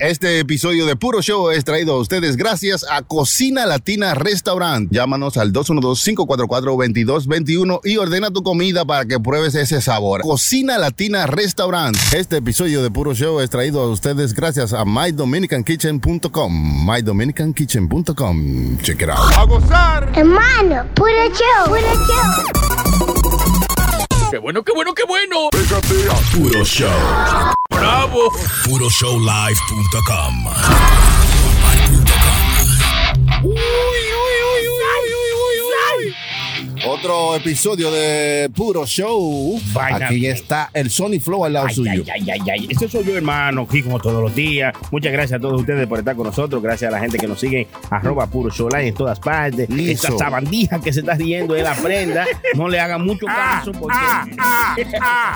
Este episodio de Puro Show es traído a ustedes gracias a Cocina Latina Restaurant. Llámanos al 212-544-2221 y ordena tu comida para que pruebes ese sabor. Cocina Latina Restaurant. Este episodio de Puro Show es traído a ustedes gracias a MyDominicanKitchen.com. MyDominicanKitchen.com. Check it out. ¡A gozar! Hermano, puro show, puro show. ¡Qué bueno, qué bueno, qué bueno! Puro Show. ¡Bravo! PuroShowLive.com. Otro episodio de Puro Show. Vaya. Aquí está el Sony Flow al lado Ay, suyo. ay, ay, ay, ay. Ese soy yo, hermano, aquí como todos los días. Muchas gracias a todos ustedes por estar con nosotros. Gracias a la gente que nos sigue, arroba puro show Live en todas partes. Liso. Esa sabandija que se está riendo de la prenda, no le haga mucho caso porque...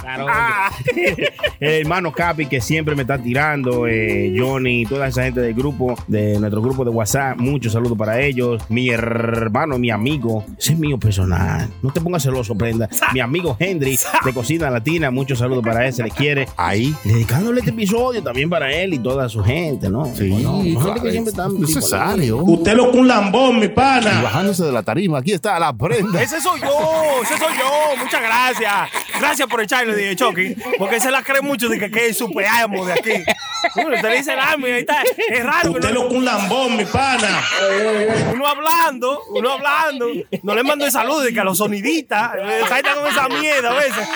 Claro, porque- El hermano Capi que siempre me está tirando, eh, Johnny, toda esa gente del grupo, de nuestro grupo de WhatsApp, muchos saludos para ellos. Mi hermano, mi amigo, ese es mío personal. No te pongas celoso, prenda. Mi amigo Henry de Cocina Latina, muchos saludos para él, se le quiere Ahí. dedicándole este episodio también para él y toda su gente, ¿no? Sí, no, no, gente que siempre están Necesario. Usted lo que un lambón, mi Y pana. bajándose de la tarima, aquí está la prenda. Ese soy yo, ese soy yo. Muchas gracias. Gracias por echarle, dije Chucky. Porque se la cree mucho de que, que es super amo de aquí. Bueno, usted le dice el amo y ahí está. Es raro. Usted Uno, lo que un lambón, mi pana. uno hablando, uno hablando. No le mando el saludo de que a los sonidistas. eh, Salta con esa mierda a veces.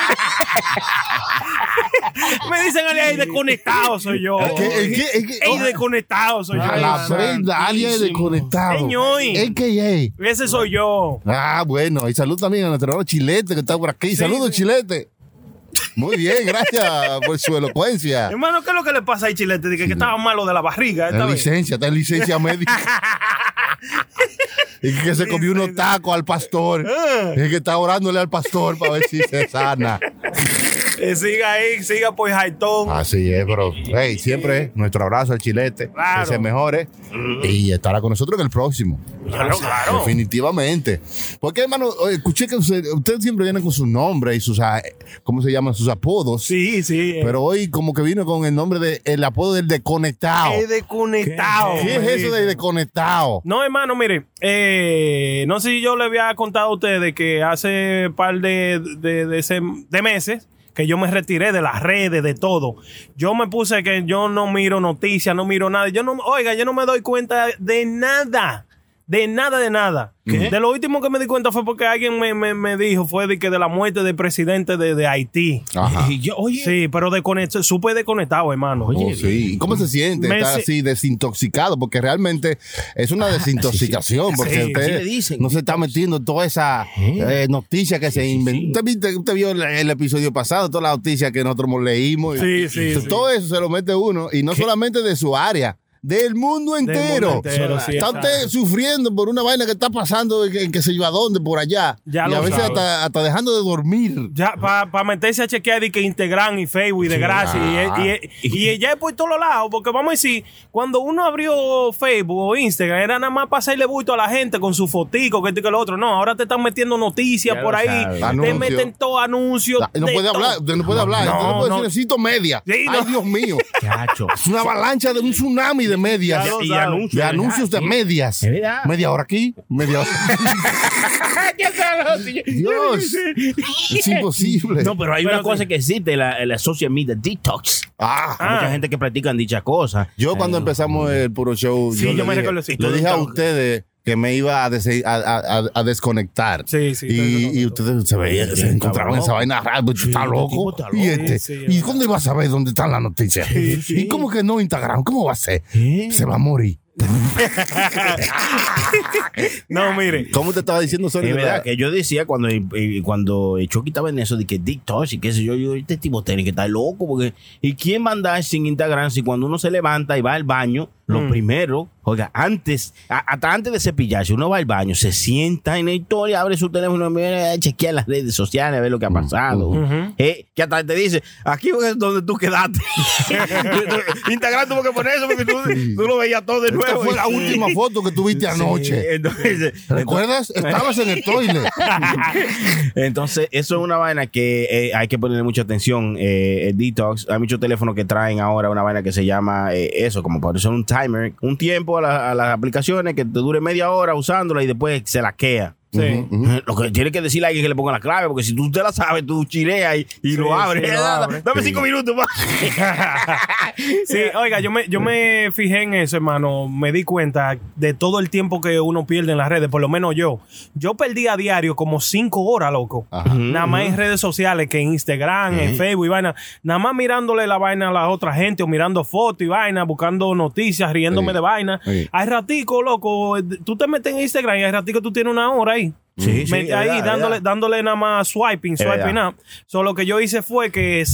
Me dicen ahí desconectado soy yo. Es eh, que- es que- es que- Ey, desconectado soy A la yo. prenda, área de conectado. Señor. AKA. Ese soy yo. Ah, bueno. Y salud también a nuestro hermano Chilete que está por aquí. Saludos, Chilete. Muy bien, gracias por su elocuencia. Hermano, ¿qué es lo que le pasa ahí, Chilete? De que, que estaba malo de la barriga. Está Esta en vez. licencia, está en licencia médica. Y que se comió unos tacos al pastor. Ah. Es que está orándole al pastor para ver si se sana. Eh, siga ahí, siga por Jaitón. Así es, bro. Hey, siempre nuestro abrazo al chilete. Claro. Mm. Que se mejore. Y estará con nosotros en el próximo. Claro, claro. Definitivamente. Porque, hermano, eh, escuché que usted, usted siempre viene con sus nombres y sus, ah, ¿cómo se llaman? Sus apodos. Sí, sí. eh. Pero hoy como que vino con el nombre de, el apodo del desconectado. Es desconectado. ¿Qué es eso de desconectado? No, hermano, mire, eh, no sé si yo le había contado a ustedes que hace par de, de- de sem- de meses que yo me retiré de las redes, de todo. Yo me puse que yo no miro noticias, no miro nada. Yo no, oiga, yo no me doy cuenta de nada. De nada, de nada. De lo último que me di cuenta fue porque alguien me, me- me dijo, fue de que de la muerte del presidente de, de Haití. Ajá. Y yo, oye, Sí, pero desconectado, supe desconectado, hermano. Oh, sí. ¿Y ¿Cómo se siente Me estar se- así desintoxicado? Porque realmente es una desintoxicación. Porque Sí, usted sí le dicen. no se está metiendo en toda esa eh, noticia que se inventó. Usted, viste- usted vio el, el episodio pasado, todas las noticias que nosotros leímos. Sí, sí, Entonces, sí. Todo eso se lo mete uno. Y no solamente de su área. Del mundo mundo entero. entero, sí, está exacto. usted sufriendo por una vaina que está pasando en que, en que se lleva a dónde, por allá. Ya y a lo veces sabe. hasta, hasta dejando de dormir. Ya, para meterse a chequear de que Instagram y Facebook y de gracia. y- e, Y, y, y ya es por todos lados, porque vamos a decir, cuando uno abrió Facebook o Instagram, era nada más para hacerle bulto a la gente con su fotico, que esto y que lo otro. No, ahora te están metiendo noticias por ahí. Te Anuncio. meten todo anuncios. Y No de puede todo. hablar, usted no puede hablar. No, Usted no puede no. decir, necesito media. Sí, no. Ay, Dios mío. chacho. Es una avalancha de un tsunami de medias. Ya lo Y sabe. de anuncios Eh, de medias. Es verdad. Media hora aquí, media hora. Dios. Es imposible. No, pero hay Pero una sí. cosa que existe, la, la social media detox. Ah. Hay mucha Ah. gente que practican dichas cosas. Yo cuando empezamos el puro show, Sí, yo le me dije- recuerdo, sí, le todo dije a estaba- ustedes que me iba a, dese- a- a- a- a desconectar. Sí, sí, todo Y, eso. y ustedes se veían, se Está encontraban loco. esa vaina rara, pues, está este loco. tipo está Y loco. este, Sí, sí, ¿y es dónde va a saber dónde están las noticias? ¿Y cómo que no Instagram? ¿Cómo va a ser? ¿Eh? Se va a morir. No, mire. ¿Cómo te estaba diciendo, Sony? Es de verdad verdad? que yo decía cuando, eh, cuando Chucky estaba en eso de que detox y qué sé yo, yo este tipo tiene que estar loco porque ¿y quién va a andar sin Instagram si cuando uno se levanta y va al baño, Mm. Lo primero, oiga, antes, a- hasta antes de cepillarse, uno va al baño, se sienta en el historia, abre su teléfono, mira, eh, chequea las redes sociales, a ver lo Mm. que ha pasado. Eh, que hasta te dice, aquí es donde tú quedaste. Instagram tuvo que poner eso porque tú, tú lo veías todo de Esta nuevo. fue la última foto que tuviste anoche. Entonces, ¿Recuerdas? Estabas en el toilet. Entonces, eso es una vaina que eh, hay que ponerle mucha atención. eh, el detox, hay muchos teléfonos que traen ahora una vaina que se llama eh, eso, como para usar un timer, un tiempo a, la- a las aplicaciones que te dure media hora usándola y después se laquea. Sí. Lo que tiene que decirle a alguien que le ponga la clave, porque si tú te la sabes, tú chileas y, y Sí, lo abres. sí, lo abre. Dame cinco minutos más. Sí, oiga, yo me, yo me fijé en eso, hermano. Me di cuenta de todo el tiempo que uno pierde en las redes, por lo menos yo. Yo perdí a diario como cinco horas, loco. Ajá. Nada más en redes sociales que en Instagram, en Facebook y vaina. Nada más mirándole la vaina a la otra gente o mirando fotos y vaina, buscando noticias, riéndome Sí. de vaina. Sí. Hay ratico, loco. eh, Tú te metes en Instagram y hay ratico tú tienes una hora ahí. Sí, sí, Me- es ahí verdad, es dándole, verdad. dándole nada más swiping, swiping verdad. up. So, Pues lo que yo hice fue que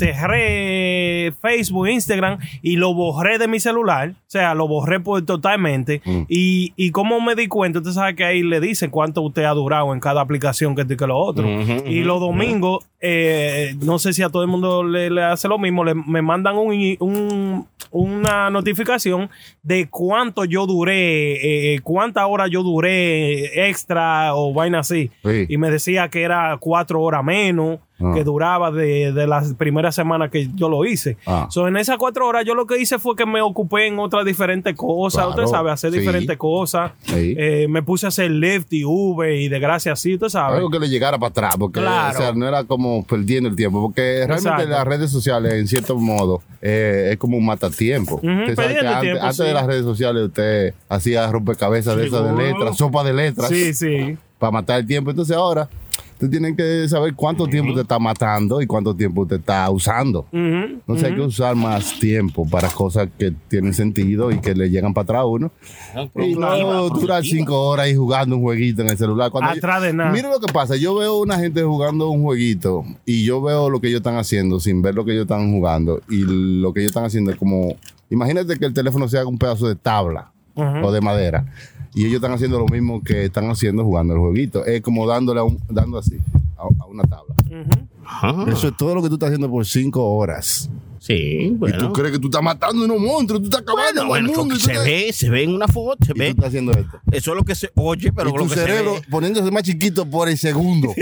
cerré Facebook, Instagram y lo borré de mi celular. O sea, lo borré por- totalmente. Y, y como me di cuenta, usted sabe que ahí le dicen cuánto usted ha durado en cada aplicación que esto y que lo otro. y los domingos, eh, no sé si a todo el mundo le, le hace lo mismo, le- me mandan un, i- un- una notificación de cuánto yo duré, eh, cuánta hora yo duré extra o vaina así. Sí. Y me decía que era cuatro horas menos Ah. que duraba de, de las primeras semanas que yo lo hice. Ah. So, en esas cuatro horas yo lo que hice fue que me ocupé en otras diferentes cosas. Claro, usted sabe, hacer sí. diferentes cosas. Sí. Eh, me puse a hacer Lyft y Uber y de gracia así, usted sabe. Algo que le llegara para atrás, porque Claro. o sea, no era como perdiendo el tiempo, porque realmente Exacto. las redes sociales, en cierto modo, eh, es como un matatiempo. Usted sabe que perdiendo antes, tiempo, antes sí. de las redes sociales usted hacía rompecabezas de esas de Seguro. letras, sopa de letras, Sí, sí. para matar el tiempo. Entonces ahora, usted tiene que saber cuánto tiempo te está matando y cuánto tiempo te está usando. Ujú. Entonces hay que usar más tiempo para cosas que tienen sentido y que le llegan para atrás a uno. Y no durar cinco horas ahí jugando un jueguito en el celular. Cuando yo- Atrás de nada. Mira lo que pasa. Yo veo una gente jugando un jueguito y yo veo lo que ellos están haciendo sin ver lo que ellos están jugando. Y lo que ellos están haciendo es como... Imagínate que el teléfono sea un pedazo de tabla o de madera. Y ellos están haciendo lo mismo que están haciendo jugando el jueguito. Es como dándole a un- dando así a, a una tabla. Eso es todo lo que tú estás haciendo por cinco horas. Sí, Y tú crees que tú estás matando a unos monstruos, tú estás acabando Bueno, con bueno, el mundo. y tú se estás- ve, se ve en una foto, se Y tú ve. estás haciendo esto. Eso es lo que se oye, pero y lo tu que cerebro se ve. poniéndose más chiquito por el segundo.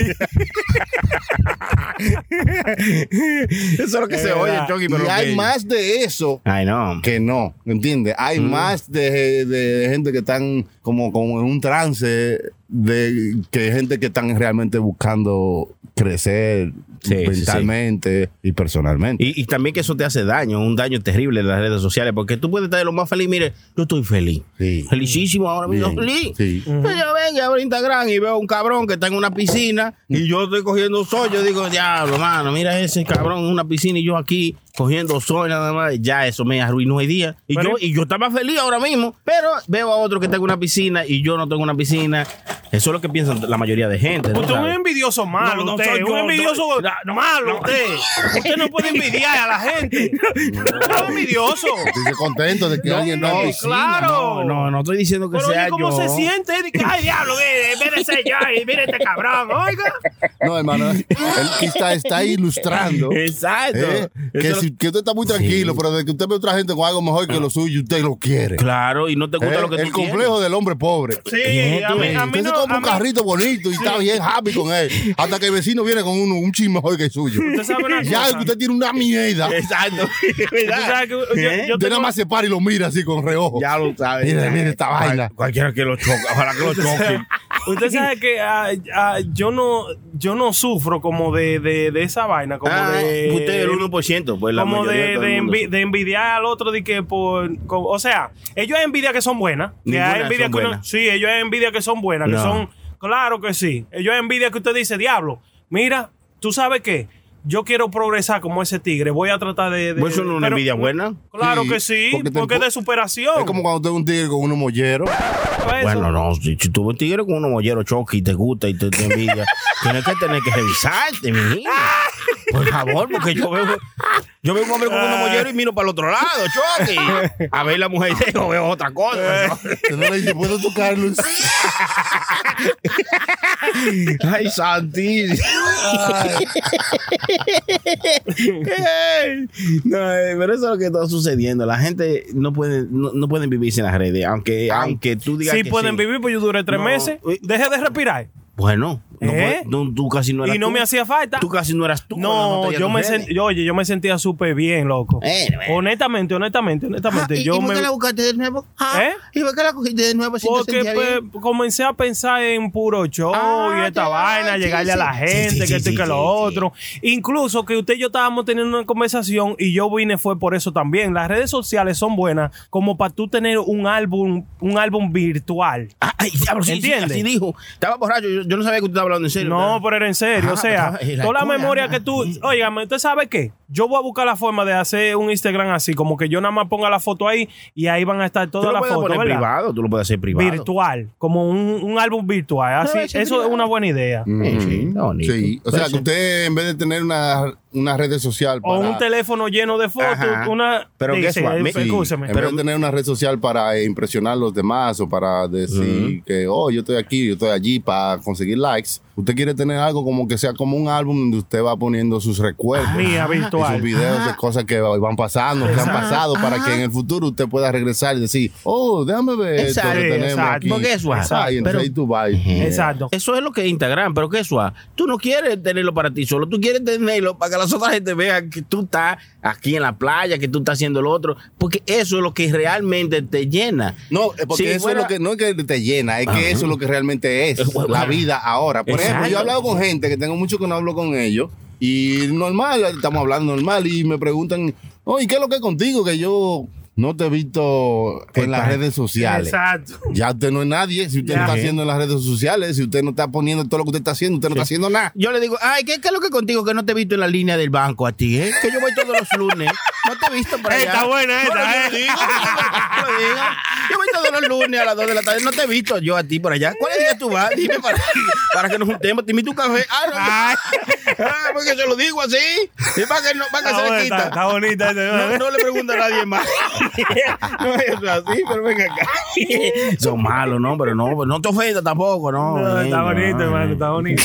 Eso es lo que se oye, Chucky, pero Eh, y lo hay que- más de eso Ay, no. que no, ¿entiendes? Hay Mm. más de, de gente que están como, como en un trance de que gente que están realmente buscando crecer Sí, sí, mentalmente y personalmente. Y, y también que eso te hace daño, un daño terrible en las redes sociales, porque tú puedes estar de lo más feliz. Mire, yo estoy feliz. Sí. Felicísimo ahora mismo. Bien, Feliz. sí. Entonces Yo vengo y abro Instagram y veo un cabrón que está en una piscina y yo estoy cogiendo sol. Yo digo, diablo, mano, mira ese cabrón en una piscina y yo aquí cogiendo sol nada más. Ya eso me arruinó el día. Y, Pero- yo, y yo estaba feliz ahora mismo, pero veo a otro que está en una piscina y yo no tengo una piscina. Eso es lo que piensan la mayoría de gente. ¿no Usted es un sabes? envidioso malo, No, no usted. soy un yo, envidioso no, no, no, malo, eh, no. usted. Usted no puede envidiar a la gente. Usted es envidioso. Estoy contento de que alguien no, no, Pues No, claro. no, no estoy diciendo que Pero sea oye, ¿cómo yo. se siente? Dice, Ay, diablo, eh, mírese yo y mire este cabrón, oiga. no, hermano, él está, está ilustrando. Exacto. ¿eh? Eso Que, lo- si- que usted está muy tranquilo, Sí. Ah. pero de que usted ve otra gente con algo mejor que lo suyo, usted lo quiere. Claro, y no te gusta ¿eh? lo que tú El complejo del hombre pobre. Sí, a mí, a mí Usted se no. compra a un mí- carrito bonito y está bien happy con él. Hasta que el vecino viene con uno, un chisme mejor que el suyo. Usted sabe una ya cosa. que usted tiene una mierda. quieres. Exacto. ¿Verdad? Tú sabes que yo- yo ¿Eh? Usted tengo- nada más se para y lo mira así con reojo. Ya lo sabes. Mira, mira esta Cual- vaina. Cualquiera que lo choque, ojalá que lo choque. Usted sabe que ah, ah, yo no yo no sufro como de, de, de esa vaina, como Ah, de... usted es el 1%, pues la como mayoría de, todo el de mundo envi- sufre. de envidiar al otro de que por co- o sea ellos hay envidia que son buenas que Ninguna hay envidia son que uno- buenas. sí ellos hay envidia que son buenas que No. son claro que sí ellos hay envidia que usted dice diablo mira tú sabes qué yo quiero progresar como ese tigre voy a tratar de, de- Pues eso no es una envidia buena. claro Sí, que sí porque porque, te es empu- de superación Es como cuando usted es un tigre con unos molleros. Eso. Bueno, no, si, si tú ves tigre con unos molleros choque y te gusta y te, te envidia, tienes que tener que revisarte, mi niño. Por favor, porque yo veo, yo veo un hombre con un mollero y miro para el otro lado, Chucky. A ver la mujer, yo veo otra cosa. ¿no? Yo no le dije, ¿puedo tocarlo? Ay, Santi. no, eh, pero eso es lo que está sucediendo. La gente no puede, no, no pueden vivir sin las redes, aunque, aunque tú digas Sí que pueden sí. vivir, pues yo duré tres No. meses. Deje de respirar. Bueno, no ¿Eh? puede- no, tú casi no eras Y no tú. me hacía falta. Tú casi no eras tú. cuando No, te yo tus me redes. sentía, oye, yo me sentía súper bien, loco. Eh, bueno. Honestamente, honestamente, honestamente. Ah, ¿y- yo ¿Y por me... qué la buscaste de nuevo? Ah, ¿Eh? ¿Y por qué la cogiste de nuevo si te Porque sentías pues, bien? comencé a pensar en puro show Ah, y esta ya, vaina, sí, llegarle a sí. la Sí, gente, sí, sí, que esto y sí, que sí, lo sí. otro. Incluso que usted y yo estábamos teniendo una conversación y yo vine fue por eso también. Las redes sociales son buenas como para tú tener un álbum, un álbum virtual. Ah, ay, diablo, sí, sí, ¿Entiendes? así dijo. Estaba borracho, yo, yo no sabía que tú estabas hablando en serio. No, Estaba- pero era en serio. Ah, o sea, pero el toda la alcohol, memoria ah, que tú. sí. Óigame, ¿usted sabe qué? Yo voy a buscar la forma de hacer un Instagram así, como que yo nada más ponga la foto ahí y ahí van a estar Tú todas lo las puedes fotos, poner ¿verdad? privado, tú lo puedes hacer privado. Virtual, como un, un álbum virtual. Así, Ah, eso ese es privado. Mm. una buena idea. Sí, sí, está bonito. Sí, o sea, que usted en vez de tener una, una red social para... O un teléfono lleno de fotos, Ajá. una. Pero sí, guess sí, what? eh, Me- Sí, escúchame. en Pero, vez de tener una red social para eh, impresionar a los demás o para decir que, oh, yo estoy aquí, yo estoy allí para conseguir likes, usted quiere tener algo como que sea como un álbum donde usted va poniendo sus recuerdos. mía y sus Ah, virtual. videos de cosas que van pasando, que han Exacto. pasado, para que en el futuro usted pueda regresar y decir, oh, déjame ver Exacto, esto que tenemos exacto. aquí. Porque eso es. Ah, y entonces Pero- ahí tú vas. Exacto. Eso es lo que es Instagram, pero que eso, ah, tú no quieres tenerlo para ti solo, tú quieres tenerlo para que las otras gente vean que tú estás aquí en la playa, que tú estás haciendo lo otro, porque eso es lo que realmente te llena. No, eh, porque Si eso fuera- es lo que no es que te llena, es que eso es lo que realmente es Eh, Ah. bueno. la vida ahora. Por ejemplo, Exacto. yo he hablado con gente que tengo mucho que no hablo con ellos y normal, estamos hablando normal y me preguntan, oye, ¿qué es lo que es contigo? Que yo no te he visto en las redes sociales. Exacto. Ya usted no es nadie, si usted Ya. no está haciendo en las redes sociales, si usted no está poniendo todo lo que usted está haciendo, usted no está haciendo nada. Yo le digo, ay, ¿qué, qué es lo que contigo que no te he visto en la línea del banco a ti? eh? Que yo voy todos los lunes, no te he visto por allá. Está Bueno, buena esta, yo lo ¿eh? digo, yo lo digo. Yo voy todos los lunes a las 2 de la tarde. No te he visto yo a ti por allá. ¿Cuál día tú vas? Dime para, para que nos juntemos. Te invito un café. Ah, no, ah, porque se lo digo así. Y para que, no, para que Está se buena, le Ah, está- quita. está bonita. No, esta. no le pregunto a nadie más. No es así, pero venga acá. Son malos, ¿no? Pero no, pues no te ofendas tampoco, ¿no? No, está bonito, hermano, está bonito.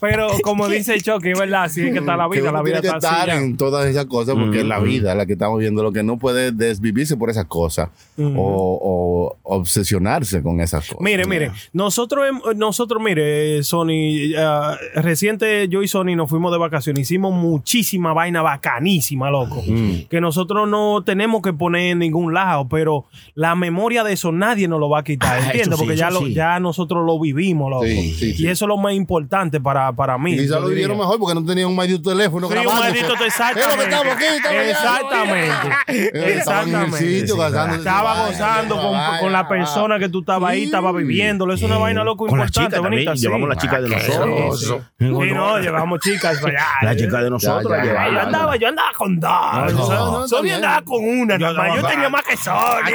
Pero como dice Chucky, es verdad, así es que está la Que vida, uno la vida Mm, tiene está que estar así. ya. en todas esas cosas porque es la Mm-hmm. vida la que estamos viendo, lo que no puede desvivirse por esas cosas o, o obsesionarse con esas cosas. Mm-hmm. Mire, mire, nosotros, hem- nosotros, mire, eh, Sony, ah, reciente yo y Sony nos fuimos de vacaciones, hicimos muchísima vaina bacanísima, loco, Mm. que nosotros no tenemos que poner en ningún lado, pero la memoria de eso nadie nos lo va a quitar, Ah, eso ¿entiendes? sí, Porque ya, eso lo- sí. ya nosotros lo vivimos, loco. Sí, sí, sí. Y eso es lo más importante para, para mí. Quizá yo lo diría. vivieron mejor porque no tenían un maldito teléfono Sí, un grabando. maldito te- Es lo que estamos aquí, estamos allá. Exactamente. Eh, estaban en el Exactamente. sitio casándose. Estaba Vaya, gozando con, vaya, con la vaya. persona que tú estabas ahí, estaba viviéndolo. Es una vaina loco Con la importante, chica también. bonita. sí. Llevamos la chica de Sí, nosotros. sí, sí. Sí, no, llevamos chicas para allá. La chica de nosotros. Ya, ya, la ya, Ay, llevamos. yo andaba, yo andaba con dos. no, Sony- no, Sony también. andaba con una, nada más. Yo andaba- tenía más que Sony.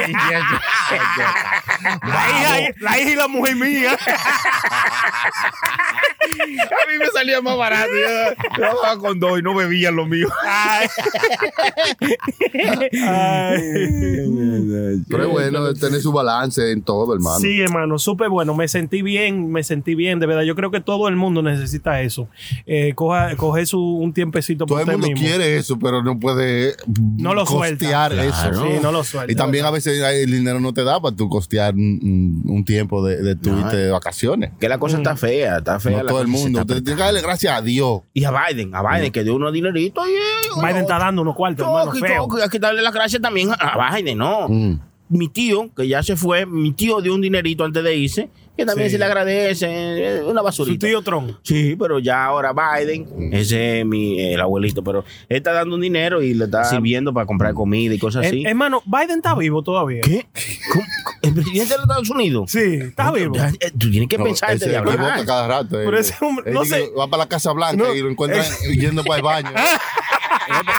La hija, la hija y la mujer mía. A mí me salía más barato. Yo trabajaba con dos y no bebía lo mío. Ay. Pero es bueno tener su balance en todo, hermano. Sí, hermano, súper bueno. Me sentí bien, me sentí bien, de verdad. Yo creo que todo el mundo necesita eso. Eh, coja, coge su, un tiempecito Todo para el usted mundo mismo. quiere eso, pero no puede No lo costear suelta. eso. Claro. Sí, no lo suelta. Y también a veces el dinero no te da para tú costear un, un tiempo de, de tu irte de vacaciones. Que la cosa está fea, está eh. fea. No la todo el cosa se mundo. está Usted tiene que darle gracias a Dios. Y a Biden, a Biden, que dio unos dineritos. Y, Biden está dando unos cuartos, hermano, Choque, feo. Mm. choque, hay que darle las gracias también a- a Biden, ¿no? Mi tío, que ya se fue, mi tío dio un dinerito antes de irse, que también Sí. se le agradece, eh, una Su basurita. tío Mm. Tron. Sí, pero ya ahora Biden, ese es mi el abuelito, pero él está dando un dinero y le está sirviendo para comprar comida y cosas así. Eh, Hermano, Biden está vivo todavía. ¿Qué? ¿Cómo- cómo- ¿El presidente de los Estados Unidos? Sí, está vivo. Ya, eh, Tú tienes que No, pensar antes ese de hablar. equivoca cada rato. Pero eh. ese hombre, Él no dice, sé. Va para la Casa Blanca No, y lo encuentran yendo para el baño.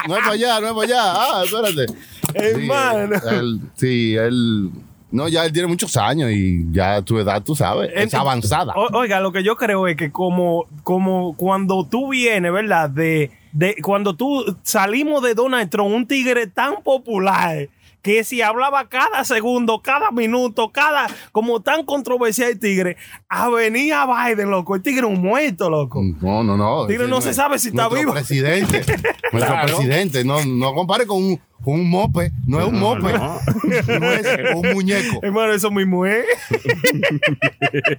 no es para allá, no es para allá. Ah, espérate. Sí, Hermano. él- Sí, él No, ya él tiene muchos años y ya tu edad, tú sabes, es Ent- avanzada. O- oiga, lo que yo creo es que como, como cuando tú vienes, ¿verdad? De, de cuando tú salimos de Donald Trump, un tigre tan popular que si hablaba cada segundo, cada minuto, cada como tan controversial el tigre, a venir a Biden, loco, el tigre es un muerto, Mm. loco. Mm, No, no, no. Tigre, Ese no se sabe si está nuestro vivo. presidente. nuestro Claro. presidente. No, no compare con un, con un mope. No es un No, mope. no. No. es un muñeco. Hermano, eso mismo es.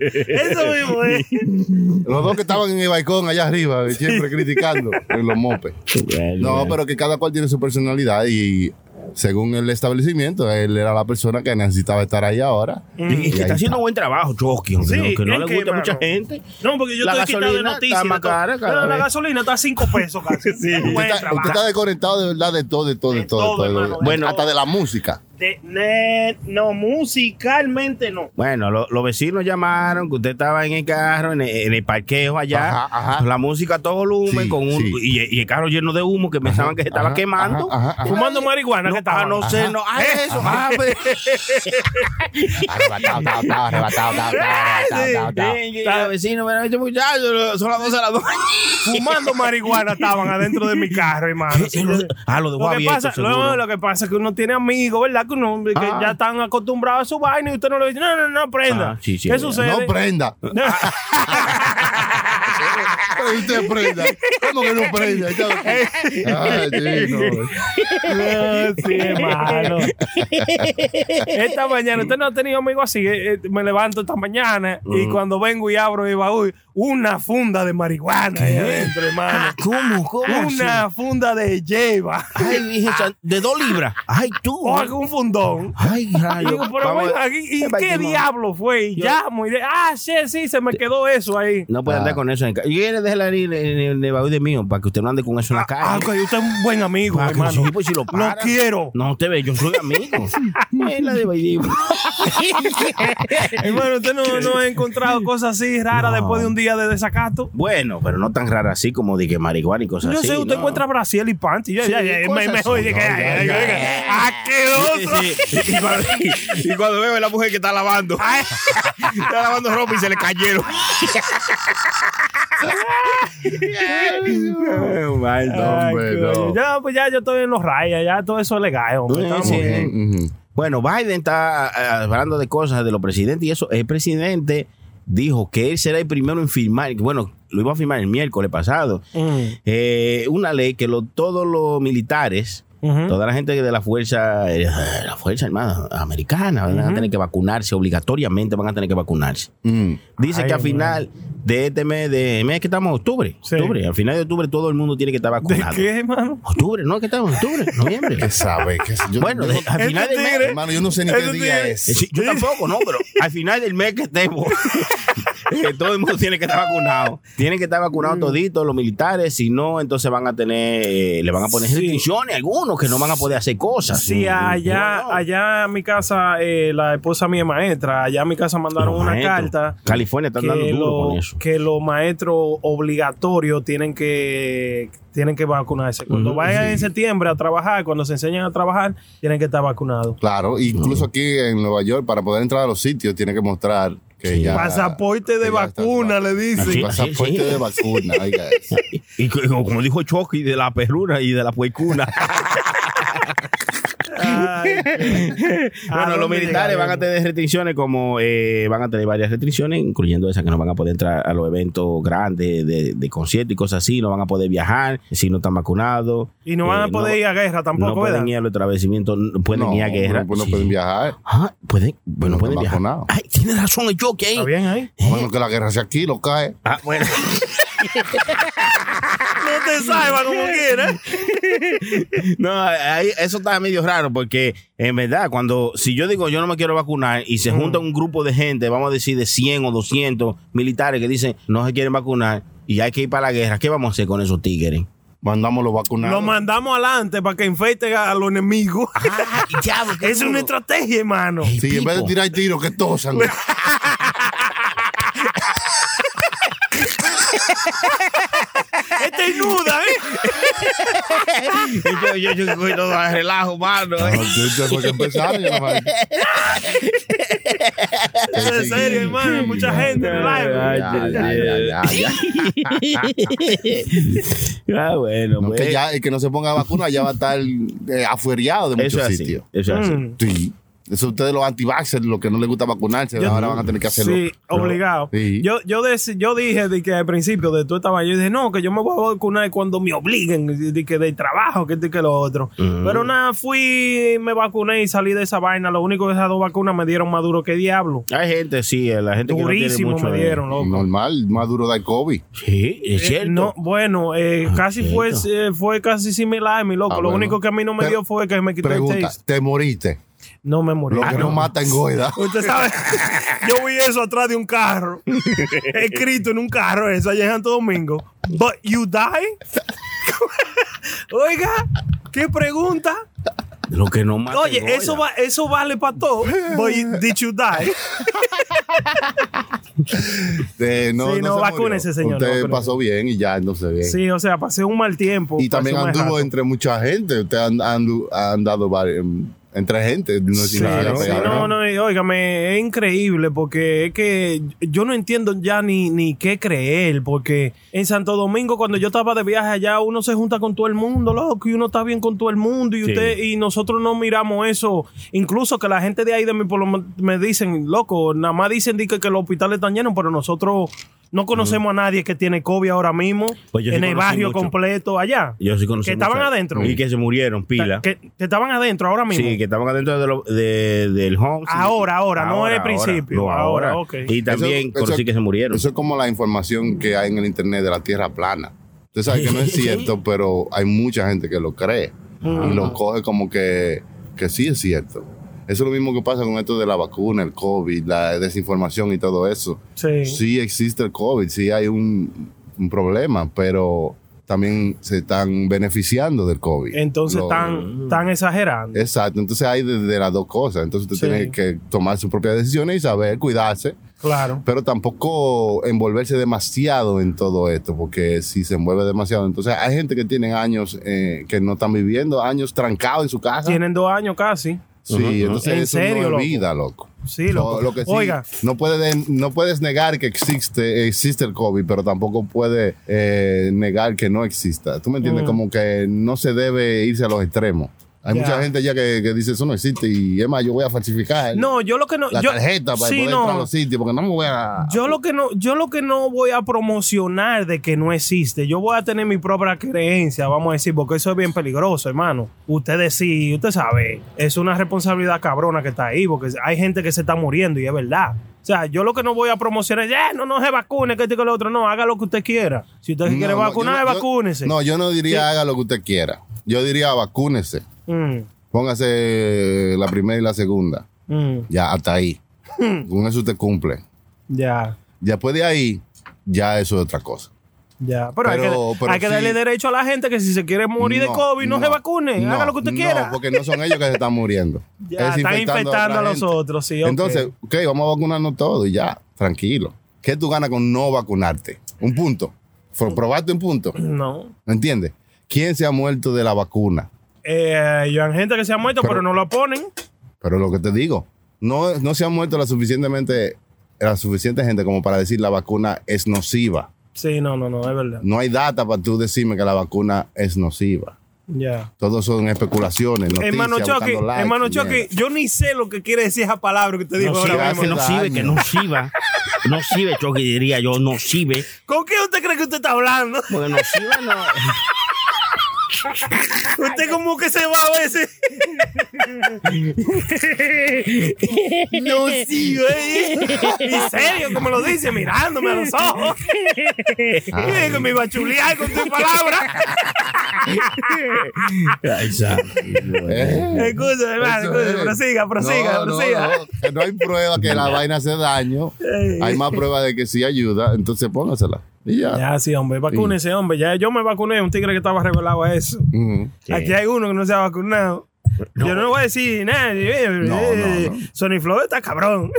eso mismo es. Los dos que estaban en el balcón allá arriba, siempre criticando en los mopes. No, pero que cada cual tiene su personalidad y según el establecimiento, él era la persona que necesitaba estar ahí ahora. Mm. Y- y ahí que está haciendo buen trabajo, Chosky, aunque Sí, no, que no es le que, gusta a mucha mano, gente. No, porque yo La estoy quitado de gasolina noticias. está más de todo. cara eh. cada Pero la vez. gasolina está a 5 pesos casi. Buen Usted está, trabajo. usted está desconectado de verdad de todo, de todo, de, De todo. todo, todo, hermano, de bueno, todo. hasta de la música. De- ne- no, musicalmente no. Bueno, lo- los vecinos llamaron que usted estaba en el carro, en el, en el parqueo allá, Ajá, ajá. con la música a todo volumen, Sí, con un, sí. y, y el carro lleno de humo que pensaban que se estaba ajá, quemando. ajá, ajá, Eh, ajá. Fumando marihuana No, que estaba. ah, no sé, no, ah, eso, ah, pues. Arrebatado, tao, tao, arrebatado, tao, tao, arrebatado, tao, tao. Y los vecinos, mira, este muchacho, son las 12 de la noche. Fumando marihuana estaban adentro de mi carro, hermano. Sí, lo- ah, lo dejó Lo que, abierto, pasa, seguro. no, lo que pasa es que uno tiene amigos, ¿verdad? Que, uno, que Ah. ya están acostumbrados a su vaina y usted no le dice, no, no, no, prenda. Ah, sí, sí, ¿Qué es sucede? No prenda. Pero usted prenda. ¿Cómo que no prenda? Ay, chico. No, sí, hermano. Esta mañana, usted no ha tenido amigos así. eh, eh, me levanto esta mañana Mm. y cuando vengo y abro el baúl, una funda de marihuana ahí adentro, Ah, hermano. ¿Cómo? Ah, Una funda de lleva. Ay, dije, chan- de dos libras. Ay, tú. O Oh, algún fundón. Ay, Y rayo. digo, pero Vamos bueno, a- aquí- ¿y Ay, qué qué mal. diablo fue? Y Yo- llamo y de, ah, sí, sí, se me quedó eso ahí. No puede Ah. andar con eso en casa. Y él déjela ir en el, en el baúl de mío para que usted no ande con eso en la calle. Ah, ok, usted es un buen amigo, Ah, que hermano. sí, pues, si lo para. quiero. No, usted ve, yo soy amigo. Es la de baile. Hermano, usted no, no ha encontrado cosas así raras No. después de un día de desacato. Bueno, pero no tan rara así como de que marihuana y cosas Yo así. sé, usted ¿no? encuentra Brasil y Panty. Ya, Sí, ya, ya, me, cosas me así. oye que. No, ya, ay, ya. oiga, Ah, asqueroso. Sí, sí. Y, cuando, y cuando veo a la mujer que está lavando, está lavando ropa y se le cayeron. Ay, no. Ay, hombre, coño. no. Ya, pues ya yo estoy en los rayas, ya todo eso es legal, hombre. Sí, Estamos sí. bien. Ujú. Bueno, Biden está ah, hablando de cosas de los presidentes y eso. El presidente dijo que él será el primero en firmar, bueno, lo iba a firmar el miércoles pasado, Mm. eh, una ley que lo- todos los militares, Ujú. toda la gente de la fuerza, eh, la fuerza armada americana, van a tener que vacunarse obligatoriamente, van a tener que vacunarse. Mm. Dice Ay, que al Dios mío. final de este mes, de mes que estamos en octubre, Sí. octubre, al final de octubre todo el mundo tiene que estar ¿De vacunado. qué, hermano? Octubre, no, que estamos en octubre, noviembre. ¿Qué sabe? ¿Qué sé yo? bueno, de- al Este final del mes. tigre- hermano, yo no sé ni qué Eso día tiene- es. Sí, yo tampoco, no, pero al final del mes que estemos, eh, todo el mundo tiene que estar vacunado. Tienen que estar vacunados toditos, los militares, si no, entonces van a tener, eh, le van a poner Sí. restricciones a algunos que no van a poder hacer cosas. Mm, Sí, allá, Bueno, allá en mi casa, eh, la esposa mía es maestra, allá en mi casa mandaron los una maestros. carta. California está dando que, duro lo- con eso. que los maestros obligatorios tienen que tienen que vacunarse. Cuando Ujú, vayan sí. en septiembre a trabajar, cuando se enseñan a trabajar, tienen que estar vacunados. Claro, incluso aquí en Nueva York, para poder entrar a los sitios, tiene que mostrar que Sí. ya. Pasaporte de que ya está vacuna, vacunado. le Así, dicen. Pasaporte sí. de vacuna, oiga eso. Y que- como dijo Chucky, de la perruna y de la puercuna. Ay, ¿A bueno, dónde los militares van a llegaremos? tener restricciones como eh, van a tener varias restricciones, incluyendo esas que no van a poder entrar a los eventos grandes de, de conciertos y cosas así, no van a poder viajar si no están vacunados. Y no van Eh, a poder ir a guerra no tampoco, ¿verdad? pueden ir a los establecimientos, no pueden ir a guerra. No, pues no Sí. pueden viajar. Ah, pueden, bueno, No pueden están viajar. vacunados. Ay, tiene razón el Chucky ahí. Está bien ahí. A Eh. menos que la guerra sea aquí, lo cae. Ah, bueno. No te salva como quieras. No, ahí- eso está medio raro porque en verdad, cuando si yo digo yo no me quiero vacunar y se junta Mm. un grupo de gente, vamos a decir de 100 o 200 militares que dicen no se quieren vacunar y hay que ir para la guerra, ¿qué vamos a hacer con esos tigres? Mandamos los vacunados. Lo mandamos adelante para que infecten a los enemigos. Ah, diablo, qué es duro. una estrategia, hermano. Ey, sí, en vez de pipo. tirar tiros, que tosan. Esta es nuda, ¿eh? yo, yo, yo, yo, no, relajo, mano. No, eh. yo- yo fue que empezaron, ya, man. ¿eh? En serio, hermano. hay Mucha gente en el live. Ya, ya, ya, ya, ya. Ah, bueno, No, pues. que ya el que no se ponga vacuna ya va a estar eh, afueriado de Eso muchos es así. sitios. Eso es así. Mm. Sí. Eso ustedes los anti vaxxers los que no les gusta vacunarse, Yo- ahora van a tener que hacerlo. Sí, obligado. Sí. Yo, yo, dec- yo dije de que al principio de tú estaba, yo dije, no, que yo me voy a vacunar cuando me obliguen, de que del trabajo, que esto y que lo otro. Pero nada, fui, me vacuné y salí de esa vaina. Lo único que esas dos vacunas me dieron más duro que diablo. Hay gente, sí, eh, la gente Durísimo que no tiene mucho. me eh. dieron, loco. Normal, más duro da el COVID. Sí, es Eh, cierto. No, bueno, eh, Ah, casi fue, eh, fue casi similar, mi loco. Ah, Lo bueno. único que a mí no me Pero- dio fue que me quitó el Pregunta, taste. ¿te moriste? No me morí. Lo Ah, que no no. mata engorda. Usted sabe, yo vi eso atrás de un carro. escrito en un carro eso allá en Santo Domingo. But you die? Oiga, qué pregunta. Lo que no mata. Oye, engorda. eso, va, eso vale para todo. But you- did you die? Eh, no, Sí, no, se vacúnese, murió. señor, Usted vacúnese. pasó bien y ya, entonces bien. Sí, o sea, pasé un mal tiempo. y también pasé un mal anduvo rato. entre mucha gente. Usted han- andu- ha andado vari- entre gente. No sé si Sí, se haya sí, pegado, no, no, y óigame, es increíble porque es que yo no entiendo ya ni, ni qué creer, porque en Santo Domingo cuando yo estaba de viaje allá uno se junta con todo el mundo, loco, y uno está bien con todo el mundo y Sí. usted y nosotros no miramos eso, incluso que la gente de ahí de mi pueblo me dicen, loco, nada más dicen di que, que los hospitales están llenos, pero nosotros no conocemos a nadie que tiene COVID ahora mismo Pues yo sí en el conocí barrio mucho. completo allá. Yo sí conocí Que estaban mucha- adentro. Y que se murieron, pila. Que, que estaban adentro ahora mismo. Sí, que estaban adentro de lo- de- del home. sí. Ahora, ahora, no en el ahora, principio, no, ahora. ahora, ok. Y también Eso- conocí eso- que se murieron. Eso es como la información que hay en el internet de la Tierra plana. Usted sabe que no es cierto, pero hay mucha gente que lo cree y Ah. lo coge como que, que sí es cierto. Eso es lo mismo que pasa con esto de la vacuna, el COVID, la desinformación y todo eso. Sí. Sí existe el COVID, sí hay un, un problema, pero también se están beneficiando del COVID. Entonces Lo- están, están exagerando. Exacto, entonces hay de, de las dos cosas. Entonces usted Sí. tiene que tomar sus propias decisiones y saber cuidarse claro. pero tampoco envolverse demasiado en todo esto, porque si se envuelve demasiado, entonces hay gente que tienen años eh, que no están viviendo, años trancados en su casa. Tienen dos años casi. Sí, Ujú, ujú. entonces ¿En eso serio, no loco? es vida, loco. Sí, loco. No, lo que sí, Oiga. no puedes, no puedes negar que existe, existe el COVID, pero tampoco puedes eh, negar que no exista. ¿Tú me entiendes? Como que no se debe irse a los extremos. Hay Mm. Ya. mucha gente ya que, que dice eso no existe y es más, yo voy a falsificar No, yo lo que no. la yo, tarjeta para sí, poder no. entrar a los sitios porque no me voy a... Yo lo que no, yo lo que no voy a promocionar de que no existe. Yo voy a tener mi propia creencia, vamos a decir, porque eso es bien peligroso, hermano. Ustedes sí, usted sabe, es una responsabilidad cabrona que está ahí, porque hay gente que se está muriendo y es verdad. O sea, yo lo que no voy a promocionar es, "Eh, no, no se vacune, que esto y que lo otro. No, haga lo que usted quiera. Si usted se No, quiere no, vacunar, yo no- yo- vacúnese. No, yo no diría Sí. haga lo que usted quiera. Yo diría vacúnese. Mm, Póngase eh, la primera y la segunda. mm, Ya, hasta ahí. Hmm. Con eso usted cumple. ya. Después de ahí, ya eso es otra cosa. Ya, pero, hay Pero- que, pero hay que sí. darle derecho a la gente que si se quiere morir de COVID, no, se vacune, no, haga lo que usted no, quiera. porque no son ellos que se están muriendo. Ya, Es están infectando infectando a, otra los gente. otros, sí. ok. Entonces, ok, vamos a vacunarnos todos y ya, tranquilo. ¿Qué tú ganas con no vacunarte? Un punto. For- Probarte un punto. No. ¿Me entiendes? ¿Quién se ha muerto de la vacuna? Eh, y hay gente que se ha muerto, pero, Pero- no lo ponen. Pero lo que te digo, no, no se ha muerto la suficientemente la suficiente gente como para decir la vacuna es nociva. Sí, no, no, no, es verdad. No hay data para tú decirme que la vacuna es nociva. Ya. Todos son especulaciones, noticias, Hermano buscando Chucky, likes, hermano Chucky, mierda. yo ni sé lo que quiere decir esa palabra que usted dijo no sirve, ahora mismo. que no daño. sirve, que no sirva. No sirve, yo que diría yo, no sirve. ¿Con qué usted cree que usted está hablando? Porque no sirve, no. usted como que se va a veces. no sirve. en serio, como lo dice, mirándome a los ojos. Dije que me iba a chulear con tu palabra. Ay, santo. Eh, Excusa, hermano, eso es. excusa. Prosiga, prosiga, No, no, prosiga. no, que no hay prueba que la vaina hace daño. Ey. Hay más prueba de que sí ayuda, entonces póngasela. Y ya. Ya, sí, hombre, vacúnese, hombre. Ya yo me vacuné, un tigre que estaba revelado a eso. Ujú. Aquí hay uno que no se ha vacunado. Yo no voy a decir nada. no, no. Sony Flow está cabrón.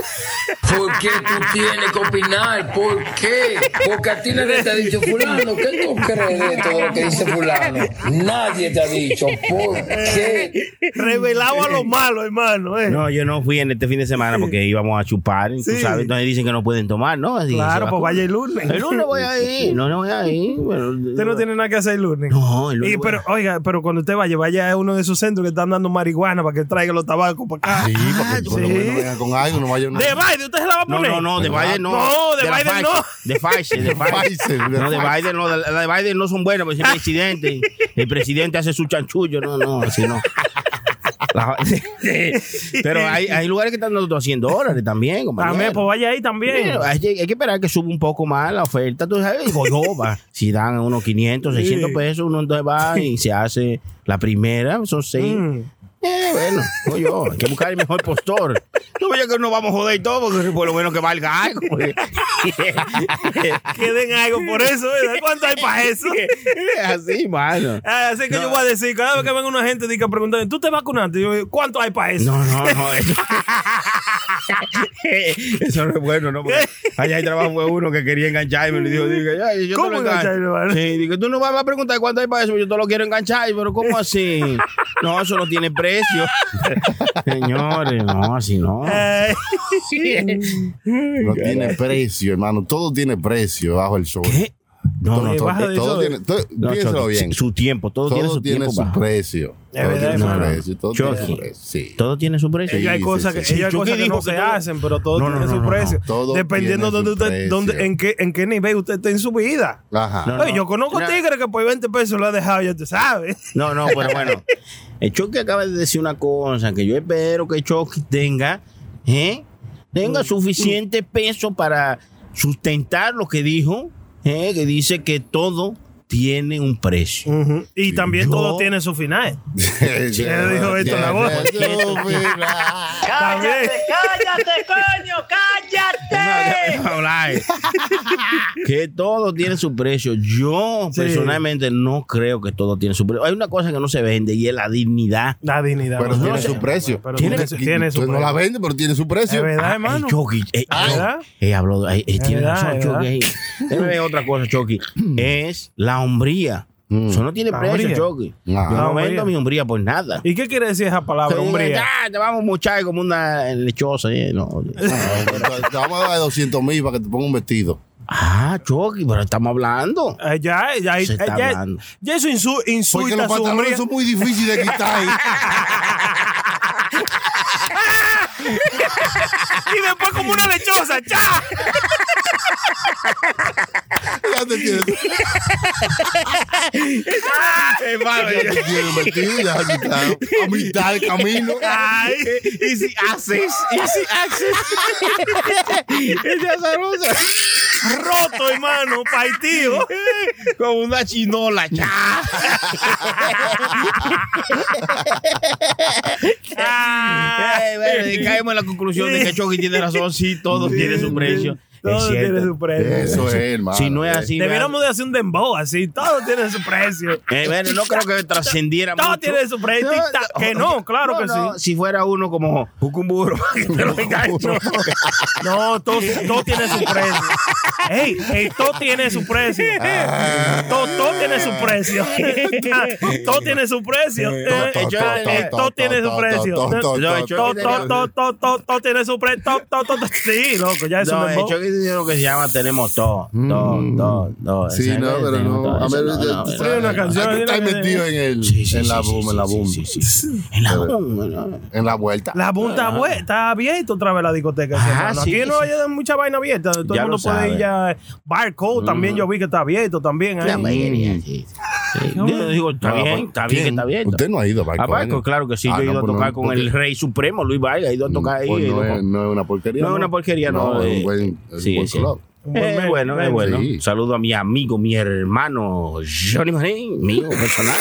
¿Por qué tú tienes que opinar? ¿Por qué? Porque a ti nadie te ha dicho fulano. ¿Qué tú crees de todo lo que dice fulano? Nadie te ha dicho. ¿Por qué? Revelado a lo malo, hermano. eh. No, yo no fui en este fin de semana porque íbamos a chupar. y Tú Sí. sabes, entonces dicen que no pueden tomar, ¿no? Así que se claro, va pues a- vaya el lunes. El lunes voy a ir. No, no voy a ir. pero- Usted no tiene nada que hacer el lunes. No, el lunes Y, voy pero, oiga, pero cuando usted vaya, vaya a uno de sus centros que están dando marihuana para que traiga los tabacos para Ah, acá. Sí, porque tú no sí. no vengas con algo, no vaya una. De Biden, ¿usted se la va a No, poner? Ah, no, no, de Biden no. No, de la Biden Pfizer, no. De Pfizer, de Pfizer. Pfizer, de No, de Pfizer. Biden no, de, la de Biden no son buenas, porque es el presidente. El presidente hace su chanchullo, no, no, así no. La- Pero hay, hay lugares que están dando 200 dólares también, compañero. También, pues vaya ahí también. Bueno, hay, que- hay que esperar que suba un poco más la oferta, tú sabes, y goyoba. si dan unos 500, 600 Sí. pesos, uno entonces va y se hace la primera, son seis. Mm. Eh, bueno, no yo, hay que buscar el mejor postor. No veo que nos vamos a joder y todo, porque por lo menos que valga algo. pues. porque- Que den algo por eso, ¿verdad? ¿Cuánto hay para eso? Es así, mano. Ah, Así que yo voy a decir, cada vez que venga una gente diga preguntando, ¿tú te vacunaste? Yo digo, ¿cuánto hay para eso? No, no, no. Eso, Eso no es bueno, ¿no? Porque allá hay trabajo fue uno que quería engancharme y me dijo, dije, "Ay, yo te ¿Cómo lo engancho". engancharme, hermano? Sí, dije, tú no me vas a preguntar cuánto hay para eso, yo te lo quiero enganchar, pero ¿cómo así? No, eso no tiene precio. Señores, no, así no. Eh, No tiene precio, hermano. Todo tiene precio bajo el show. ¿Qué? No, Todo, no, Eh, todo, todo, baja de todo show. tiene. todo- no, piénsalo Chucky, bien. Su tiempo, todo, tiene Todo su tiene tiempo. su bajo. precio. Es Todo verdad, tiene su hermano. precio. Todo tiene Chucky. su precio. Sí. Todo tiene su precio. Sí, ellos hay sí, cosas sí, que, sí. ellos hay Chucky cosas que dijo no que se todo- hacen, pero todo No, no, tiene no, su no, precio. no. Todo Dependiendo tiene dónde su usted, dónde, precio. en, qué, en qué nivel usted esté en su vida. Ajá. No, Oye, yo conozco No. tigres que por 20 pesos lo ha dejado, ya tú sabes. No, no, pero bueno. El Chucky acaba de decir una cosa que yo espero que Chucky tenga, ¿eh? Tenga suficiente peso para sustentar lo que dijo, ¿eh? que dice que todo tiene un precio. Y también Yo- todo tiene su final. Ya dijo esto la voz. También. No, no, no, hablar. que todo tiene su precio. Yo Sí. personalmente no creo que todo tiene su precio. Hay una cosa que no se vende y es la dignidad. La dignidad. Pero no, tiene no sé. su precio. Pero Tiene- tiene, su- tiene su Usted no la precio. vende, pero tiene su Es precio. verdad, hermano. El Chucky, eh, Es verdad. Eh, habló, eh, eh, tiene verdad, razón, es Chucky. verdad. Mm. ahí. Déjame ver otra cosa, Chucky. Es la hombría. Eso no tiene La precio, hombría. Chucky. Ah. Yo La no hombría. vendo mi hombría por nada. ¿Y qué quiere decir esa palabra, Que digan, hombría? "Ah, te vamos a mochar como una lechosa. eh, no. Ah, Te- Te vamos a dar 200 mil para que te ponga un vestido. ah, Chucky, pero estamos hablando. Eh, Ya, ya, Se está eh, ya- hablando. ya eso insu- Porque insulta los a su hombría. pantalones son muy difíciles de quitar. Y después como una lechosa, ya. ya te tienes, ya te tienes un vestido ya a mitad, a mitad del camino. Ay, Easy access, easy access. Ella sabrosa. roto, hermano, paitío. Como una chinola, ya. Ay. Eh, bueno, y caemos en la conclusión de que Chucky tiene razón, sí, todo tiene su precio. Todo es cierto. Eh, tiene su precio. Eso es, hermano. eh. Si no es así, Debiéramos de hacer un dembow así. Todo tiene su precio. Eh, bueno, no creo que trascendiera Todo mucho. tiene su No, precio, tic-tac, que no, claro que sí. Si fuera uno como Jucumburo, que te lo engancho. No, todo, todo tiene su precio. Ey, ey, todo tiene su precio. Ah. Todo, todo tiene su precio. Todo tiene su precio. Eh, to, to, eh, Todo tiene su precio. To, to, to, Yo he hecho- Todo, to, todo, todo, todo, todo, todo tiene su precio. Todo, todo, todo. Sí, loco, ya es No, un de dembow. hecho, que es lo que se llama Tenemos todo, todo, todo, todo. Mm. Sí, Esa no, es, pero tenemos no. todo. A Eso ver, no, ya- no, tú no, sabes, una ah, canción, tú estás mira, metido en el Sí, sí, en la sí, boom, sí, en la sí, boom, sí, sí, sí. En la boom. bueno. en la vuelta. La punta abue- está abierta otra vez la discoteca. ese Ah, hermano. sí, Aquí no sí. hay mucha vaina abierta. Todo Ya el mundo lo Mm. puede ir ya. Barcode también yo vi que está abierto también. ahí. La mayoría, sí. Sí. Yo digo, está No, bien, pues, está bien que ¿quién? está bien. Usted no ha ido a Barco, A Barco, ¿eh? claro que sí. Ah, yo he no, ido a pues no, tocar con porque- el rey supremo, Luis Vargas. He ido a tocar ahí. Pues he no, ido es, con- no es una porquería. No es una porquería, no, es eh, un buen, es un sí, buen sí. club. Un buen Eh, men- bueno, es men. bueno. Sí. Saludo a mi amigo, mi hermano Johnny Marín, mío personal.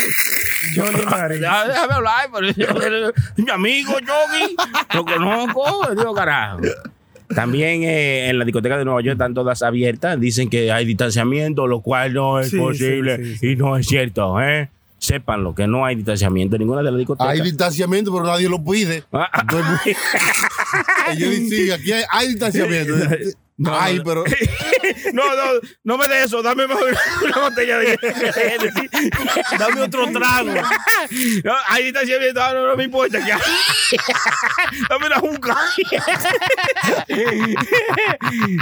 Johnny Marín. Ya, déjame hablar, pero mi amigo Johnny, lo conozco, digo carajo. También eh, en la discoteca de Nueva York están todas abiertas. Dicen que hay distanciamiento, lo cual no es Sí, posible sí, sí, sí. y no es cierto, ¿eh? sépanlo, que no hay distanciamiento en ninguna de las discotecas. Hay distanciamiento, pero nadie lo pide. Ah, ah, Todo el mundo- Y yo digo, sí, aquí hay, hay distanciamiento. No, Ay, no. pero no, no, no me de eso, dame mejor una botella de Dame otro trago. No, ahí está siempre, no, no, no me importa. que- Dame una juca.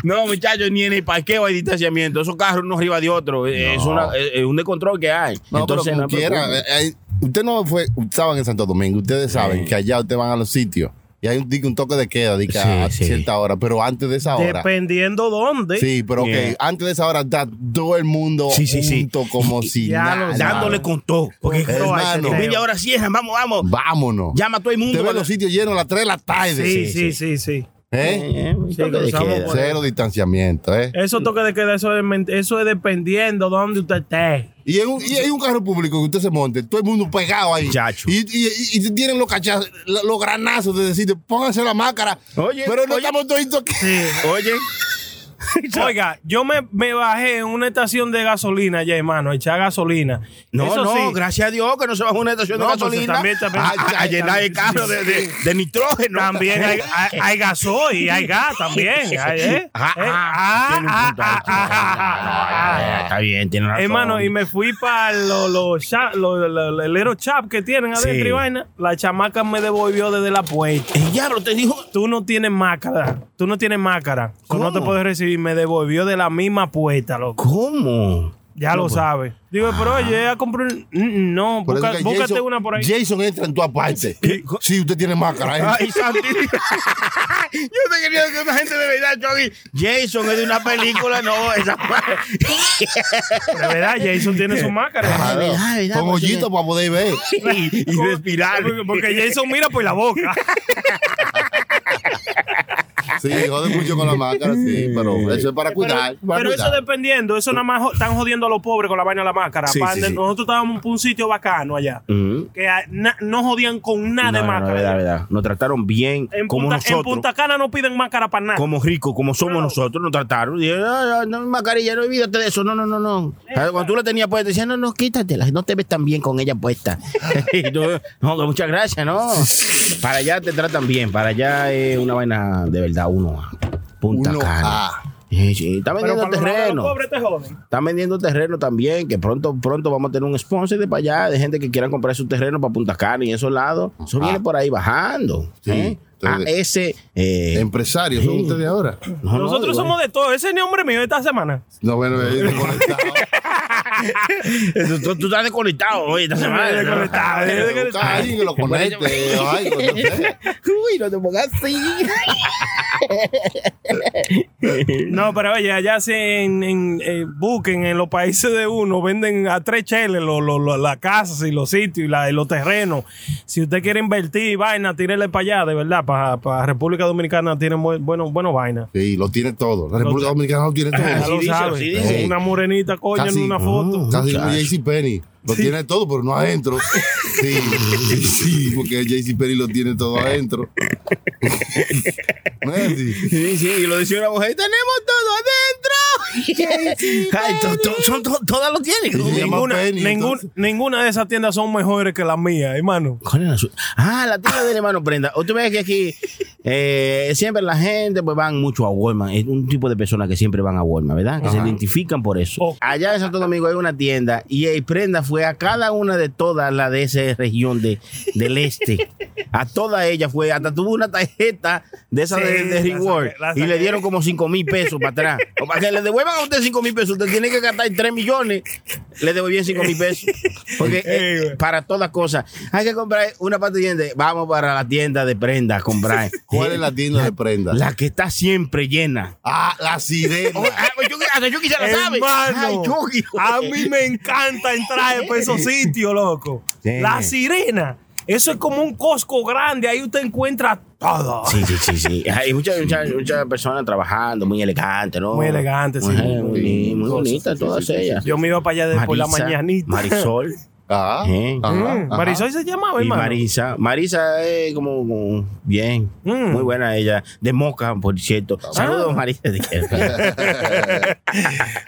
no, muchachos, ni en el parqueo hay distanciamiento. Esos carros uno arriba de otro. eh, Es, una, es es un descontrol que hay. No, Entonces, pero como no, quiera, pero- pues, eh, eh, usted no fue, estaban en Santo Domingo, ustedes saben que allá ustedes van a los sitios y hay un, di que un toque de queda di que a Sí, sí. cierta hora, pero antes de esa hora. Dependiendo dónde. Sí, pero ok, Yeah. antes de esa hora está todo el mundo Sí, sí, sí. junto como si Ya lo- nada. dándole con todo. Porque Con todo a ese hermano, tema. media hora cierran, vamos, vamos. Vámonos. Llama a todo el mundo. Usted ve para- los sitios llenos a las 3 de la tarde. Sí, sí, sí, sí. ¿eh? Eh, un toque de cruzamos queda. por- Cero distanciamiento, ¿eh? Eso Mm. toque de queda, eso es, men- eso es dependiendo de dónde usted esté. Y, en un- y hay un carro público que usted se monte, todo el mundo pegado ahí. Chacho. Y, y, y- y tienen los cachazos, los los granazos de decirte, pónganse la máscara. Oye, pero no oye. estamos todos aquí. Oye, Oiga, yo me, me bajé en una estación de gasolina allá, hermano, a echar gasolina. no, Eso no, sí, gracias a Dios que no se bajó una estación No, de pues, gasolina también- también- a- a, también- llenar el carro de, de- de nitrógeno. También hay, hay, hay gasoil y hay gas también. hay, ¿eh? Ah, Eh, ah, tiene un ah, punto ahí, ah, ah, ah, ah, ah, ah. ah, Está bien, tiene razón. Hermano, y me fui para los little chap que tienen Sí. adentro y vaina. La chamaca me devolvió desde la puerta. El diablo te dijo. Tú no tienes máscara. Tú no tienes máscara. Tú no te ¿Cómo? puedes recibir. Me devolvió de la misma puerta, loco. ¿Cómo? Ya lo sabes. Digo, pero oye, a comprar. un- Mm, No, Ah. Por eso busca- que búscate Jason- una por ahí. Jason entra en tu aparte. Sí, usted tiene máscara. ¿eh? Ay, Santi. Yo te quería decir una gente de verdad, Chucky. Jason es de una película, no, esa De verdad, Jason tiene su máscara. Claro, Con hoyito para poder ver. y, y respirar. Porque- Porque Jason mira por la boca. Sí, jode mucho con la máscara, sí, pero eso es para cuidar. Pero, para pero eso cuidar. dependiendo, eso nada más jo- están jodiendo a los pobres con la vaina de la máscara. Sí, Pa- sí, sí. Nosotros estábamos por un sitio bacano allá, Mm. que ah, na- no jodían con nada de No, no, máscara. no, verdad, verdad. Nos trataron bien En, como punta, en nosotros. Punta Cana no piden máscara para nada. como ricos, como somos nosotros, nos trataron. Dijeron, no, no, no, mascarilla, no olvídate de eso. No, no, no, no. Cuando tú la tenías puesta, decían, no, no, quítatela, no te ves tan bien con ella puesta. Y tú, no, que muchas gracias, no. Para allá te tratan bien, para allá es una vaina de verdad, uno a punta Uno ah, cara. A. Sí, sí, Está Pero vendiendo cuando no hablan los terreno. este pobres te joden. Están vendiendo terreno también, que pronto, pronto vamos a tener un sponsor de para allá, de gente que quiera comprar su terreno para Punta Cana y esos lados. Eso Ah. viene por ahí bajando. Sí, ¿eh? A entonces- ese. eh, Empresarios, son Sí. ustedes ahora. no, no, Nosotros digo, somos de todo. Ese es mi hombre mío esta semana. No, bueno, ahí desconectado. Eso, tú, tú estás desconectado hoy esta Ah, semana. Estoy desconectado, estoy Pero busca a alguien que lo conecte. o algo, no sé. Uy, no te pongas así. No, pero oye, allá sí en, en eh, Buquen, en los países de uno, venden a tres cheles lo- lo- lo- las casas y los sitios y, la- y los terrenos. Si usted quiere invertir y vaina, tírele para allá, de verdad. Para República Dominicana tienen buenos bueno, bueno vainas. Sí, lo tiene todo. La República Dominicana lo tiene Ya todo. lo dice, sabes. así dice. Una morenita, coño, Casi. Ah. en una foto. Casi como muchacho. JC Penny. Lo tiene todo, pero no adentro. Sí, sí, sí, porque JC Penny lo tiene todo adentro. ¿No es así? Sí, sí, y lo decía una mujer, tenemos todo adentro. Ay, to- to- son to- todas lo tienen. Sí, sí. Ninguna, Penny, ningún- entonces. ninguna de esas tiendas son mejores que la mía, hermano. ¿Cuál era su- Ah, la tienda del hermano Prenda. O tú ves que aquí eh, siempre la gente pues van mucho a Walmart. Es un tipo de personas que siempre van a Walmart, ¿verdad? Que se identifican por eso. Oh. Allá en Santo Domingo hay una tienda y el Prenda fue a cada una de todas las de esa región de, del este. A todas ellas fue. Hasta tuvo una tarjeta de esa Sí, de, de la reward saqué, la y le saqué. dieron como 5 mil pesos para atrás. O para que le devuelvan a usted 5 mil pesos. Usted tiene que gastar 3 millones. Le devolvían 5 mil pesos. Porque eh, güey. para todas cosas. Hay que comprar una pasta de dientes. Vamos para la tienda de prendas a comprar. Eh, ¿Cuál es la tienda de prendas? La que está siempre llena. Ah, la sirena. Oh, ah, yo- hasta yo quisiera saber. Ay, Hermano, Chucky. a mí me encanta entrar por esos sitios, loco. Sí. La sirena. Eso es como un Costco grande. Ahí usted encuentra todo. Sí, sí, sí, sí. Hay muchas muchas muchas personas trabajando, muy elegante, ¿no? Muy elegante, sí. Muy, muy, Sí, muy cosas, bonitas sí, todas sí, sí, ellas. Yo me iba para allá de por la Marisa, mañanita. Marisol. Ah, Bien. ajá, Mm, ajá. Marisol se llamaba, Y hermano. Marisa, Marisa es como, como bien, Mm. Ah. muy buena ella, de Moca, por cierto. Saludos, Marisa. Ah,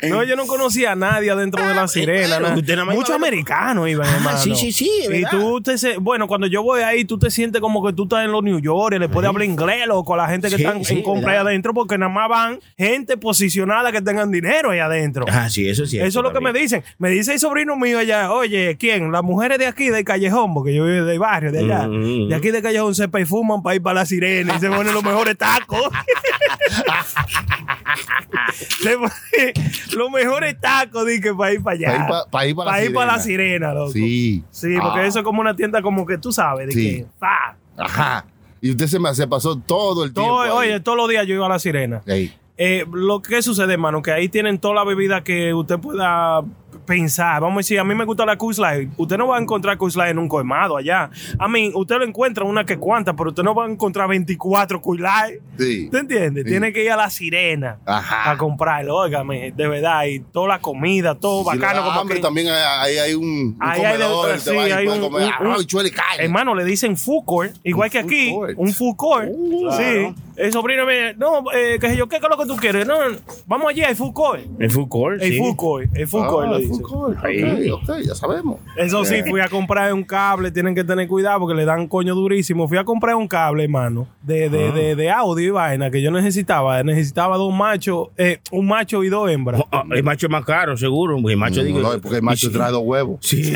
No, yo no conocía a nadie adentro de la sirena. claro, nada. Ah, usted nada más Muchos iba a ver- americanos iban, Ah, hermano. sí, sí, sí, es Y verdad. tú te se- bueno, cuando yo voy ahí, tú te sientes como que tú estás en los New York y le puedes hablar inglés, loco, a la gente que Sí, están sí, en compra ahí ¿verdad? adentro, porque nada más van gente posicionada que tengan dinero ahí adentro. ah, sí, eso sí. Eso es lo que me dicen. Me dice el sobrino mío allá, oye, ¿quién? Las mujeres de aquí, del callejón, porque yo vivo del barrio, de allá. Mm. De aquí del callejón se perfuman para ir para la sirena y se ponen los mejores tacos. se ponen los mejores tacos, dije, para ir para allá. Pa' ir pa- pa' ir pa' la Pa' ir pa' la sirena. sirena, loco. Sí. Sí, porque Ah. eso es como una tienda como que tú sabes, de Sí. que, pa, Ajá. Y usted se, me, se pasó todo el tiempo. todo- ahí. oye, todos los días yo iba a la sirena. Ahí. Eh, lo que sucede, hermano, que ahí tienen toda la bebida que usted pueda pensar. Vamos a decir, a mí me gusta la Coors Light. Usted no va a encontrar Coors Light en un colmado allá. A mí, usted lo encuentra una que cuanta, pero usted no va a encontrar 24 Coors Light. Sí. ¿Te entiendes? Sí. Ah. Tiene que ir a la sirena Ajá. a comprarlo, óigame, de verdad. Y toda la comida, todo Si le bacano. da como hambre, que- también ahí hay un, un Ahí hay de- comedor, sí, te vas y hay puedes un- comer un- arroz, un- habichuela y calle. Hermano, le dicen food court, igual que food aquí, court. un food court. Uh, sí. claro. El sobrino me no, eh, qué sé yo, qué es lo que tú quieres. No, no, vamos allí, hay food court. El food court, El sí. food court, el food court, Ah, lo el dice. food court. Ok, Ahí. ok, ya sabemos. Eso sí, Eh. fui a comprar un cable, tienen que tener cuidado porque le dan coño durísimo. Fui a comprar un cable, hermano, de, Ah. de, de, de audio y vaina que yo necesitaba. Necesitaba dos machos, eh, un macho y dos hembras. Oh, oh, el macho es más caro, seguro. porque El macho, digo. No, porque el macho sí, trae dos huevos. Sí.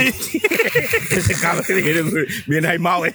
Ese cabrón viene, viene armado. eh.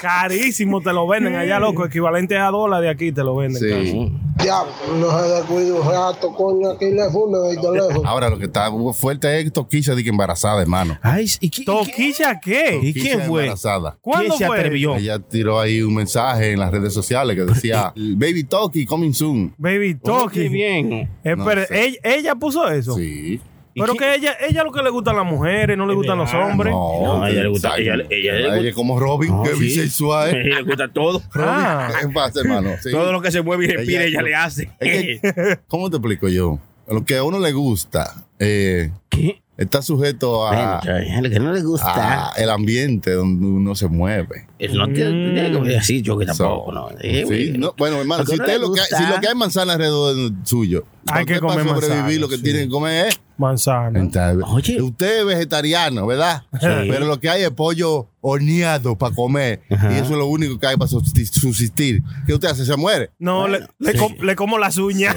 Carísimo, te lo venden allá, loco. Equivalente a dólar de aquí te lo venden. casi. Sí. Ya, no se descuide un rato, coño, aquí le funa el teléfono. Ahora lo que está fuerte es Toquilla de que embarazada, hermano. Ay, ¿y qui- y qui- ¿Toquilla qué? ¿Y quién Toquilla fue? Embarazada. ¿Cuándo se fue? atrevió? Ella tiró ahí un mensaje en las redes sociales que decía Baby Toki coming soon. Baby Oh, Toki. qué bien. Espera, No sé. ella, ella puso eso. Sí. ¿Y Pero qué- que ella, ella lo que le gustan las mujeres, no le Es gustan los verdad, hombres. No, a ella le gusta- exacto. ella- ella le A gusta- ella como Robin, No, que sí. bisexual. ¿eh? Ella le gusta todo. Ah. ¿Qué pasa, hermano? Sí. Todo lo que se mueve y respira, ella, Ella- le hace. Es que, ¿Cómo te explico yo? Lo que a uno le gusta eh, ¿Qué? está sujeto a, lo que no le a el ambiente donde uno se mueve. Eso no tiene, tiene que ver así, yo que So, tampoco, ¿no? Eh, sí, güey. no, bueno, hermano, Lo que si, no usted le lo que, gusta- si lo que hay manzana alrededor del suyo, Hay que usted para comer sobrevivir manzana, lo que sí. tiene que comer es Manzana. Entonces, Oye. Usted es vegetariano, ¿verdad? Pero lo que hay es pollo horneado para comer. Y eso es lo único que hay para subsistir- subsistir. ¿Qué usted hace? ¿Se muere? No, le, le sí. com- le como las uñas.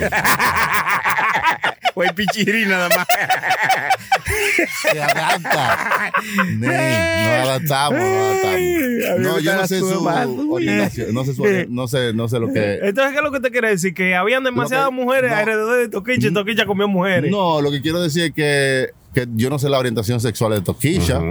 O el pichirín nada más. Se adapta. Nen, no adaptamos, no a mí adaptamos. me No, yo no gustan sé las tumbas. su orinación. No sé, su- no sé, no sé lo que... Entonces, ¿qué es lo que te quiere decir? Que habían demasiadas Lo que- mujeres no. alrededor de Toquicha y Toquicha comió mujeres. No, lo que quiero decir es que, que yo no sé la orientación sexual de Toquilla.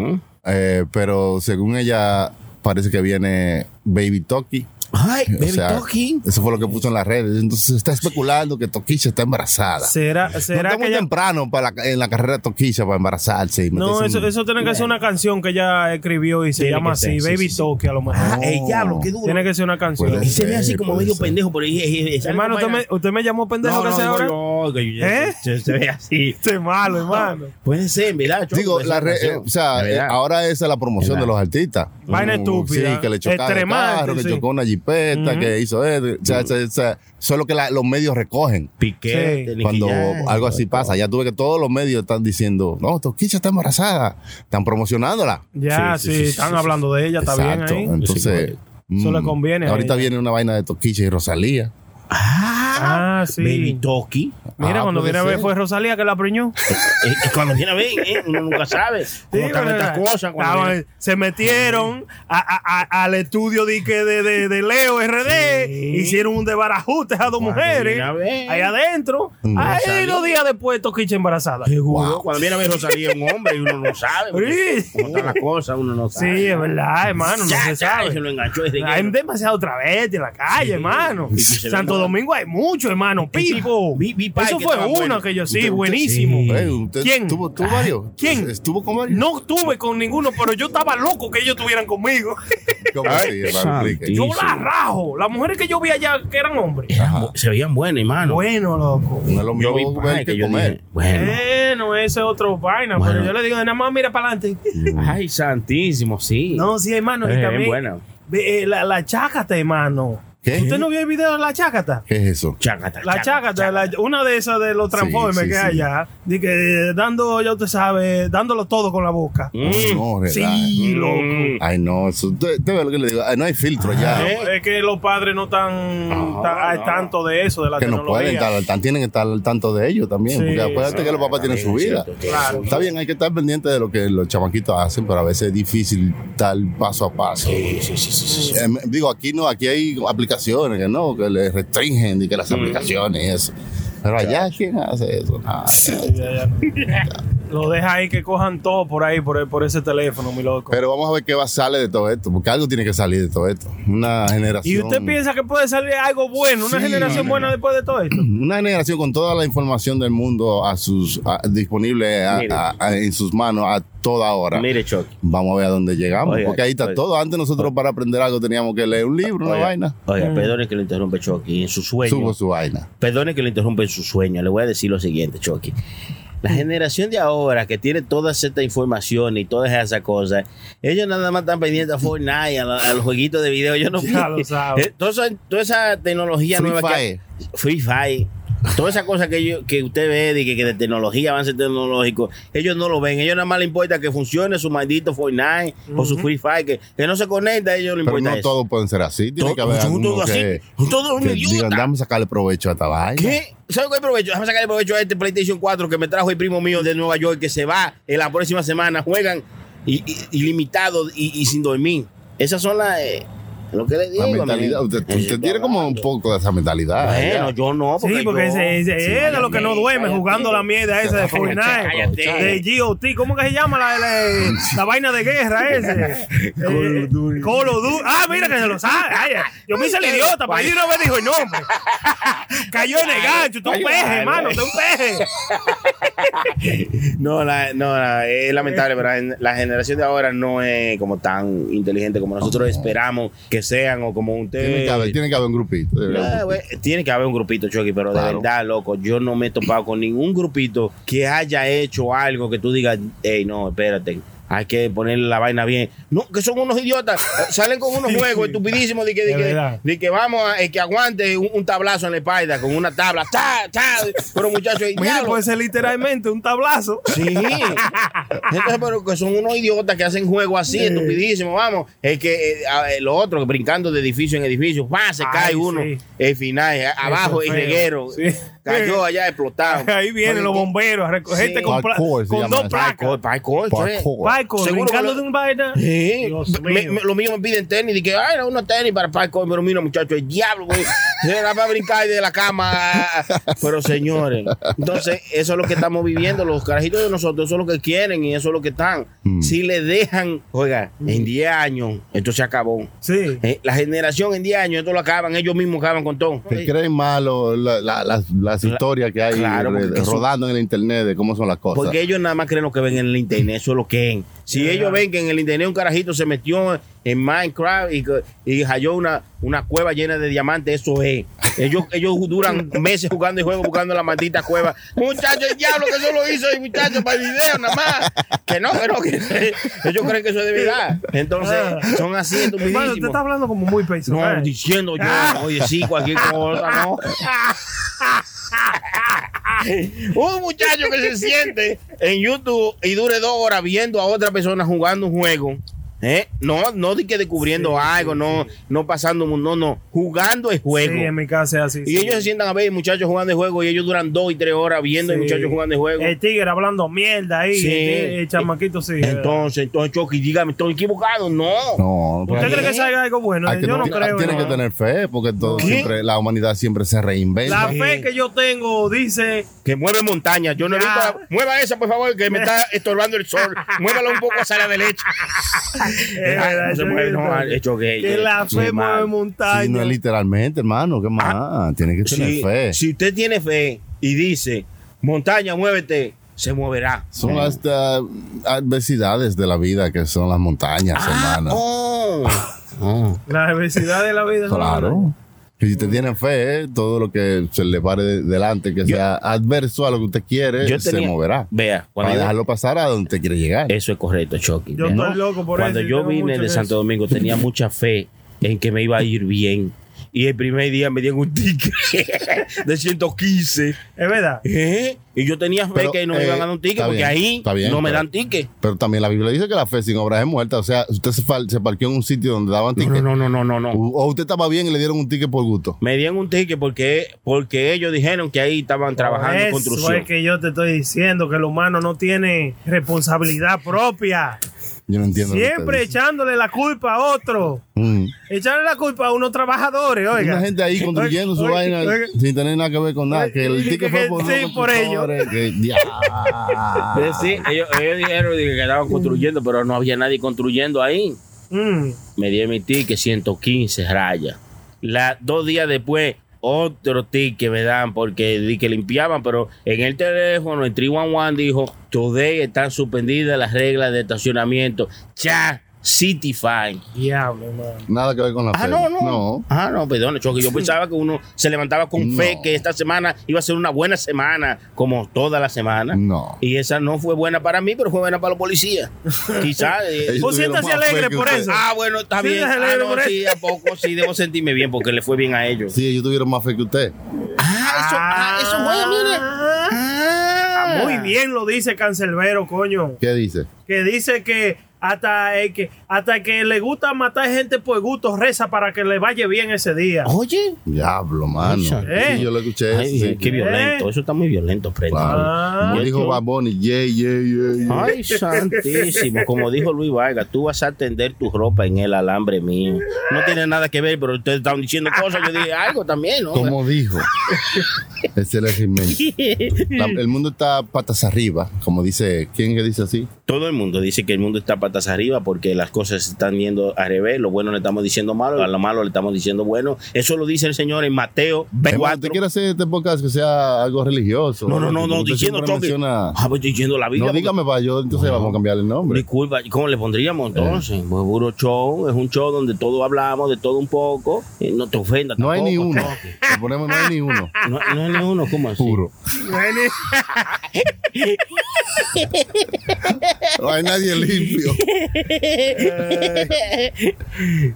eh, pero según ella, parece que viene Baby Toki. Ay, O baby sea, talking. Eso fue lo que puso en las redes. Entonces se está especulando que Toquilla está embarazada. ¿Será, No será está que muy ella- temprano para la- en la carrera de Toquilla para embarazarse. y No, meterse eso, en- eso tiene que ser una canción que ella escribió y se Tiene llama que ser, así, sí, Baby sí, sí. Toque a lo mejor. Ah, el diablo, qué duro. Tiene que ser una canción. Puede Y se ve ser, así como puede medio ser. pendejo por ahí. eh, eh, sale Hermano, como ¿usted me, vaina. usted me llamó pendejo No, que no, sea digo ahora? yo, que yo- ¿Eh? se, se ve así. Este malo, hermano. Puede ser, ¿verdad? Choco? Digo, Puede la ser una re- eh, canción. o sea, De eh, verdad. ahora esa es la promoción Verdad. de los artistas. Vaina Mm, estúpida. Sí, que le chocaron el Extremante, carro, que sí. Mm. chocó una jipeta, que hizo esto. O sea, o sea, eso es lo que la- los medios recogen. Piqué, Sí. Nicky Cuando Jam, algo así pasa, ya tuve que todos los medios están diciendo, no, Toquilla está embarazada, están promocionándola. Ya, sí, Sí, sí, sí, sí, están sí, hablando de ella, está Exacto. bien ahí. Entonces, Eso le mm, conviene a Ahorita ella. viene una vaina de Toquilla y Rosalía. Ah, pues Ah, sí. Baby talking. Mira, Ah, cuando puede viene a ver ser. fue Rosalía que la preñó. Eh, eh, cuando viene a ver, eh, uno nunca sabe cómo están pero estas era- cosas. cuando estaban- viene- se metieron a- a- a- al estudio de, que de, de- de Leo RD, Sí. hicieron un desbarajuste a dos Cuando mujeres viene a ver. Mm. ahí adentro. Ahí Rosalía. dos días después Toquicha embarazada. Seguro, Cuando viene a ver Rosalía un hombre y uno no sabe. porque Sí. Cómo están las cosas, uno no Sí, sabe. es verdad, hermano, no Ya, se ya, sabe. Se lo enganchó desde que- Hay demasiado otra vez en la calle, Sí. hermano. Y se ve Santo mal. Domingo hay mucho, hermano. Pipo. vi- vi pa' Eso que fue estaba uno bueno. que yo sí, Usted- usted- buenísimo. Sí. Ey, usted ¿Quién? Ah, ¿Tuvo, tuvo varios? ¿Quién? ¿Estuvo con varios? No tuve con ninguno, pero yo estaba loco que ellos estuvieran conmigo. ¿Cómo Ay, así, hermano? santísimo. Explique. Yo Sí, la sí. rajo. Las mujeres que yo vi allá que eran hombres. Eran bu- Se veían buenas, hermano. Bueno, Eh. loco. No es lo Yo vi mismo pan ver que que comer. dije, bueno. Bueno, ese es otro vaina, Bueno. pero yo le digo, nada más mira para adelante. Ay, santísimo, sí. No, sí, hermano, Eh, y también bueno. ve, eh, la, la chácata, hermano. ¿Qué? ¿Usted no vio el video de la chácata? ¿Qué es eso? Chácata, La chácata, chácata, la- una de esas de los transformes sí, que sí. hay allá, de que, eh, dando, ya usted sabe, dándolo todo con la boca. No, relaja. Mm. Sí, loco. Mm. Ay, no, eso, usted, usted ve lo que le digo. Ay, no hay filtro ya. Eh, Es que los padres no están tan- al tanto de eso, de la Ah, Que no tecnología. pueden estar al tan- tienen que estar al tanto de ellos también. Sí, porque acuérdate sí, que los papás tienen su vida. Claro. Está bien, hay que estar pendiente de lo que los chamaquitos hacen, pero a veces es difícil dar paso a paso. Eh, me- digo, aquí no, aquí hay aplicaciones que no, que le restringen y que Mm. las aplicaciones y eso. Pero allá, ¿quién hace eso? Ah, Nada. Lo deja ahí que cojan todo por ahí, por, por ese teléfono, mi loco. Pero vamos a ver qué va sale de todo esto, porque algo tiene que salir de todo esto. Una generación. ¿Y usted piensa que puede salir algo bueno, una Sí, generación mano. buena después de todo esto? una generación con toda la información del mundo a sus a- disponible a- Mire. a- a- en sus manos a toda hora. Mire, Chucky. Vamos a ver a dónde llegamos, Oiga, porque ahí está oiga. todo. Antes nosotros para aprender algo teníamos que leer un libro, una Oiga, vaina. Oiga, perdone que lo interrumpe Chucky en su sueño. Subo su vaina. Perdone que lo interrumpa en su sueño. Le voy a decir lo siguiente, Chucky. La generación de ahora que tiene toda esta información y todas esas cosas, ellos nada más están pendientes a Fortnite, a, la- a los jueguitos de video. Yo no Ya lo sabe. Eh, Toda esa, toda esa tecnología Free nueva Fire. que Free Fire. Toda esa cosa que, yo- que usted ve de que, que de tecnología, avance tecnológico, ellos no lo ven. Ellos nada más les importa que funcione su maldito Fortnite o su Free Fire, que, que no se conecta, a ellos les Pero importa no eso. todos pueden ser así. Tiene Todo- que haber todo algunos así, que, todo un que idiota. digan, dame sacarle provecho a esta vaina. ¿Qué? ¿Sabes cuál provecho? Déjame sacar el provecho a este PlayStation 4 que me trajo el primo mío de Nueva York que se va en la próxima semana. Juegan i- i- ilimitado y, y sin dormir. Esas son las. eh, lo que le digo. La mentalidad. amigo. Usted, Eh, usted tiene como un poco de esa mentalidad. Bueno, ¿verdad? yo no. Porque Sí, porque yo- ese, ese- Sí, eh, él es lo que no cállate, duerme cállate. jugando la mierda esa de Cállate, cállate. Fortnite, de GOT, ¿cómo que se llama la, la- la vaina de guerra ese? Eh, Call of Duty. Ah, mira que se lo sabe. Ay, eh. yo me hice el idiota, para ir no me dijo el nombre. Cayó en el gancho, tú un peje, hermano, tú un peje. No, la- no la- es lamentable, pero la gen- la generación de ahora no es como tan inteligente como nosotros esperamos que sean o como usted. Tiene, que haber, tiene que haber un grupito. debe haber un Ah, grupito. güey, tiene que haber un grupito, Chucky, pero de Claro. verdad, loco, yo no me he topado con ningún grupito que haya hecho algo que tú digas, hey, no, espérate, hay que ponerle la vaina bien. No, que son unos idiotas, Eh, salen con unos juegos estupidísimos de que, de De que- verdad. de que vamos a el que aguante un, un tablazo en la espalda con una tabla, ta, ta, pero muchachos, el Mira, diablo. puede ser literalmente un tablazo. Sí. Entonces, pero que son unos idiotas que hacen juego así, estupidísimo, vamos. Es que eh, a- eh, lo otro, que brincando de edificio en edificio, ¡pa! se Ay, cae uno. sí. El final, eh, abajo, es y feo. reguero. Sí. Cayó allá explotado. Ahí vienen los bomberos a recogerte Sí. con, pla- Parkour se con llama dos eso. placas. Parkour, parkour, eso es. Parkour. Paco, Seguro brincando que lo- de un vaina. Sí. Dios Me- mío. me- lo mío me piden tenis. Dije, ay, no, unos tenis para parkour. Pero mira, muchachos, el diablo, güey. Era para brincar de la cama. Pero señores, entonces, eso es lo que estamos viviendo. Los carajitos de nosotros, eso es lo que quieren y eso es lo que están. Si le dejan, oiga, Mm. en 10 años, esto se acabó. Sí. Eh, la generación en 10 años, esto lo acaban. Ellos mismos acaban con todo. ¿Te creen malo la- la- las, las historias que hay claro, re- porque eso- rodando en el internet de cómo son las cosas? Porque ellos nada más creen lo que ven en el internet, eso es lo que es. Si ellos ven que en el internet un carajito se metió en Minecraft y, que- y halló una, una cueva llena de diamantes, eso es. Ellos, ellos duran meses jugando el juego, buscando la maldita cueva. Muchachos, el diablo que eso lo hizo el muchacho para el video nada más. Que no, que no, que ellos creen que eso es de verdad. Entonces, son así Hermano, usted estupidísimos. está hablando como muy personal. No, diciendo yo, oye, sí, cualquier cosa, ¿no? un muchacho que se siente en YouTube y dure dos horas viendo a otra persona jugando un juego. ¿eh? No, no di que descubriendo algo, no, no pasando, un- no, no, jugando el Sí, juego. en mi casa es así. y ellos se sientan a ver muchachos jugando el juego y ellos duran dos y tres horas viendo el muchacho jugando el juego. El tigre hablando mierda ahí. Sí. El, tigre- el chamaquito, sí. Entonces, entonces, Chucky, dígame, ¿estoy equivocado? No. no, ¿Usted porque- cree que salga algo bueno? ¿eh? hay que- yo no ti- creo. tiene no. que tener fe, porque todo ¿Qué? siempre, la humanidad siempre se La reinventa. fe que yo tengo dice. Que mueve montaña. Yo no he Ya. visto. la- Mueva esa, por favor, que me está estorbando el sol. Muévala un poco hacia la derecha. eh, Ay, no se yo- mueve, no, ha hecho gay. eh, Que la Muy fe mal. mueve montaña. Sí, no es literalmente, hermano, ¿qué más? tiene que tener Si, fe. si usted tiene fe y dice, montaña, muévete, se moverá. Son las ah, adversidades de la vida que son las Ah, montañas, hermano. Oh. La adversidad de la vida. Claro. Que si te tienen fe, eh, todo lo que se le pare de- delante, que Yo- sea adverso a lo que usted quiere, Yo se tenía- moverá. Vea, para cuando yo- Eh. dejarlo pasar a donde usted quiere llegar. Eso es correcto, Chucky. Yo Vea. estoy loco por Cuando eso y yo tengo vine mucho de de Santo eso. Domingo tenía mucha fe en que me iba a ir bien. Y el primer día me dieron un ticket de 115. Es verdad. ¿Eh? Y yo tenía fe Pero, que no me eh, iban a dar un ticket está porque bien, ahí está bien, no me pero- dan ticket. Pero también la Biblia dice que la fe sin obras es muerta. O sea, usted se, fal- se parqueó en un sitio donde daban ticket. No, no, no, no, no, no. U- O usted estaba bien y le dieron un ticket por gusto. Me dieron un ticket porque, porque ellos dijeron que ahí estaban trabajando en Eso construcción. es que yo te estoy diciendo que el humano no tiene responsabilidad propia. Yo no entiendo. lo que Siempre usted dice. echándole la culpa a otro. Mm. Echarle la culpa a unos trabajadores, oiga. Una gente ahí construyendo su Oiga, vaina oiga. sin tener nada que ver con nada. Que el Oiga, ticket que- fue por, sí, unos por ellos. constructores, que- ya. Es decir, Ah. ellos, ellos dijeron que estaban construyendo, pero no había nadie construyendo ahí. Mm. me di mi ticket 115 rayas. La, dos días después, otro ticket me dan porque di que limpiaban, pero en el teléfono, el 311 dijo, today están suspendidas las reglas de estacionamiento. Ya, City Fine. Diablo, hermano. Nada que ver con la fe. Ah, no, no. Ah, no, perdón, Choque. Yo pensaba que uno se levantaba con fe No. que esta semana iba a ser una buena semana, como toda la semana. No. Y esa no fue buena para mí, pero fue buena para los policías. Quizás. eh, Ellos Vos tuvieron siéntase más fe alegre que por usted. eso. Ah, bueno, está Sí, bien. déjale Ah, no, por eso. sí, a poco sí debo sentirme bien porque le fue bien a ellos. Sí, ellos tuvieron más fe que usted. Ah, eso, ah, eso fue, mire. Ah, Muy bien lo dice Cancelbero, coño. ¿Qué dice? Que dice que hasta el que, hasta el que le gusta matar gente por gusto, reza para que le vaya bien ese día. Oye. Diablo, mano. ¿Eh? Sí, yo lo escuché. Ay, sí. qué violento. Eso está muy violento, Freddy. Claro. Como Ah. dijo Bad Bunny, yeah, yeah, yeah, yeah. Ay, santísimo. Como dijo Luis Vargas, tú vas a tender tu ropa en el alambre mío. No tiene nada que ver, pero ustedes están diciendo cosas. Yo dije algo también, ¿no? Como dijo. Ese era el segmento. La- el mundo está patas arriba, como dice. ¿Quién que dice así? Todo el mundo dice que el mundo está patas arriba porque las cosas se están yendo al revés. Lo bueno le estamos diciendo malo, a lo malo le estamos diciendo bueno. Eso lo dice el Señor en Mateo Hermano, 24. ¿Usted quiere hacer este podcast que sea algo religioso? No, no, no, Porque no, usted diciendo siempre Chucky. menciona- Ah, pues diciendo la Biblia. No, porque- dígame para yo, entonces vamos a cambiarle el nombre. Eh. Disculpa, ¿y ¿cómo le pondríamos entonces? Pues puro show, es un show donde todos hablamos de todo un poco. Eh, no te ofendas. No hay ni tampoco, uno. Chucky. Le ponemos no hay ni uno. No, no hay ni uno, ¿cómo así? Puro. No hay nadie limpio.